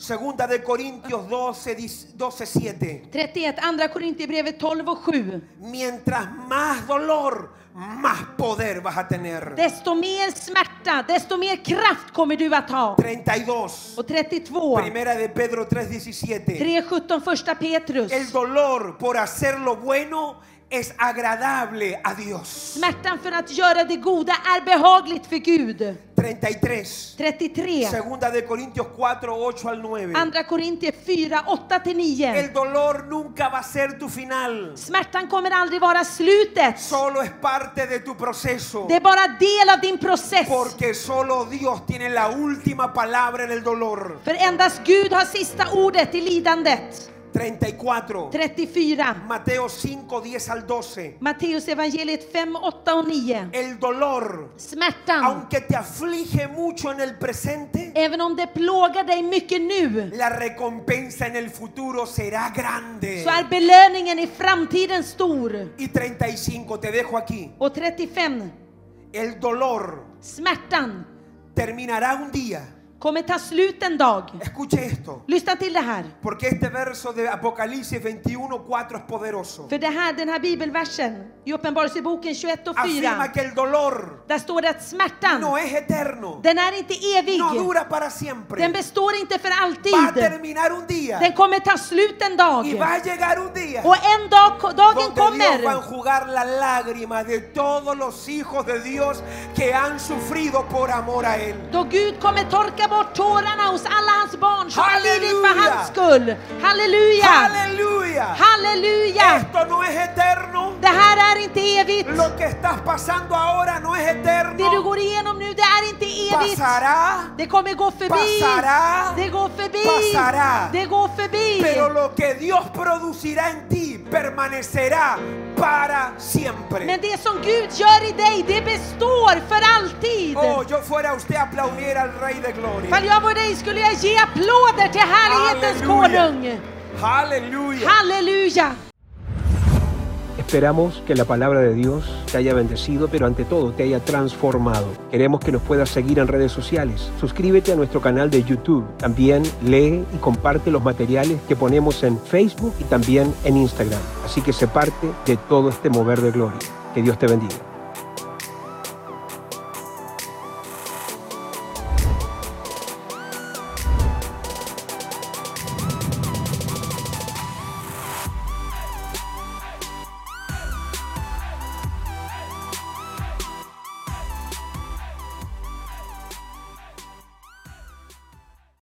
Speaker 1: Segunda de Corintios 12, 12, 7.
Speaker 2: 31. Andra Korinthierbrevet 12 och 7.
Speaker 1: Mientras más dolor, más poder vas a tener.
Speaker 2: Desto mer smärta, desto mer kraft kommer du att ha.
Speaker 1: 32.
Speaker 2: Och 32.
Speaker 1: Primera de Pedro 3:17.
Speaker 2: 3.17 första Petrus.
Speaker 1: El dolor por hacer lo bueno es agradable a Dios.
Speaker 2: Smärtan för att göra det goda är behagligt för Gud.
Speaker 1: 33.
Speaker 2: 33.
Speaker 1: Segunda de Corintios 4, 8 al 9.
Speaker 2: Andra Korintier 4, 8-9.
Speaker 1: El dolor nunca va a ser tu final.
Speaker 2: Smärtan kommer aldrig vara slutet.
Speaker 1: Solo es parte de tu proceso.
Speaker 2: Det är bara del av din process.
Speaker 1: Porque solo Dios tiene la última palabra en el dolor.
Speaker 2: För endast Gud har sista ordet i lidandet.
Speaker 1: 34.
Speaker 2: 34.
Speaker 1: Mateo 5, 10 al 12.
Speaker 2: Matteus evangeliet 5, 8 och 9.
Speaker 1: El dolor,
Speaker 2: Smärtan,
Speaker 1: aunque te aflige mucho en el presente,
Speaker 2: även om det plågar dig mycket nu,
Speaker 1: la recompensa en el futuro será grande.
Speaker 2: så är belöningen i framtiden stor.
Speaker 1: Y 35, te dejo aquí.
Speaker 2: Och 35.
Speaker 1: El dolor
Speaker 2: Smärtan
Speaker 1: terminará un día
Speaker 2: kommer ta slut en dag.
Speaker 1: Escuche esto,
Speaker 2: Lyssna till det här.
Speaker 1: porque este verso de Apocalipsis 21, 4 es poderoso.
Speaker 2: För det här, den här bibelversen i Uppenbarelseboken 21 och 4.
Speaker 1: Afirma que el dolor
Speaker 2: Där står det att
Speaker 1: no
Speaker 2: smärtan,
Speaker 1: es eterno,
Speaker 2: den är inte evig.
Speaker 1: no dura para
Speaker 2: Den
Speaker 1: siempre.
Speaker 2: består inte för
Speaker 1: Va a
Speaker 2: alltid.
Speaker 1: terminar un día
Speaker 2: Den kommer ta slut en
Speaker 1: y
Speaker 2: dag.
Speaker 1: va a llegar un día
Speaker 2: Och en dag, dagen
Speaker 1: donde Dios va a
Speaker 2: kommer
Speaker 1: enjugar las lágrimas de todos los hijos de Dios que han sufrido por amor a Él.
Speaker 2: då Gud kommer torka bort tårarna hos alla hans barn som har lidit för
Speaker 1: Halleluja!
Speaker 2: hans skull. Halleluja!
Speaker 1: Aleluya.
Speaker 2: Halleluja!
Speaker 1: Esto no es eterno.
Speaker 2: Det här är inte evigt.
Speaker 1: Lo que estás pasando ahora no es
Speaker 2: Det du
Speaker 1: eterno.
Speaker 2: går igenom nu, det är inte evigt.
Speaker 1: Pasará,
Speaker 2: Det kommer gå förbi.
Speaker 1: pasará,
Speaker 2: Det går förbi.
Speaker 1: Pasará.
Speaker 2: Det går förbi.
Speaker 1: pero lo que Dios producirá en ti permanecerá para
Speaker 2: Men
Speaker 1: siempre.
Speaker 2: det som Gud gör i dig, det består för alltid.
Speaker 1: Oh, yo fuera usted aplaudir al Rey de
Speaker 2: Ifall
Speaker 1: Gloria.
Speaker 2: jag vore dig skulle jag ge applåder till härlighetens
Speaker 1: Halleluja.
Speaker 2: konung.
Speaker 1: Aleluya.
Speaker 2: Halleluja!
Speaker 1: Esperamos que la palabra de Dios te haya bendecido, pero ante todo te haya transformado. Queremos que nos puedas seguir en redes sociales. Suscríbete a nuestro canal de YouTube. También lee y comparte los materiales que ponemos en Facebook y también en Instagram. Así que se parte de todo este mover de gloria. Que Dios te bendiga.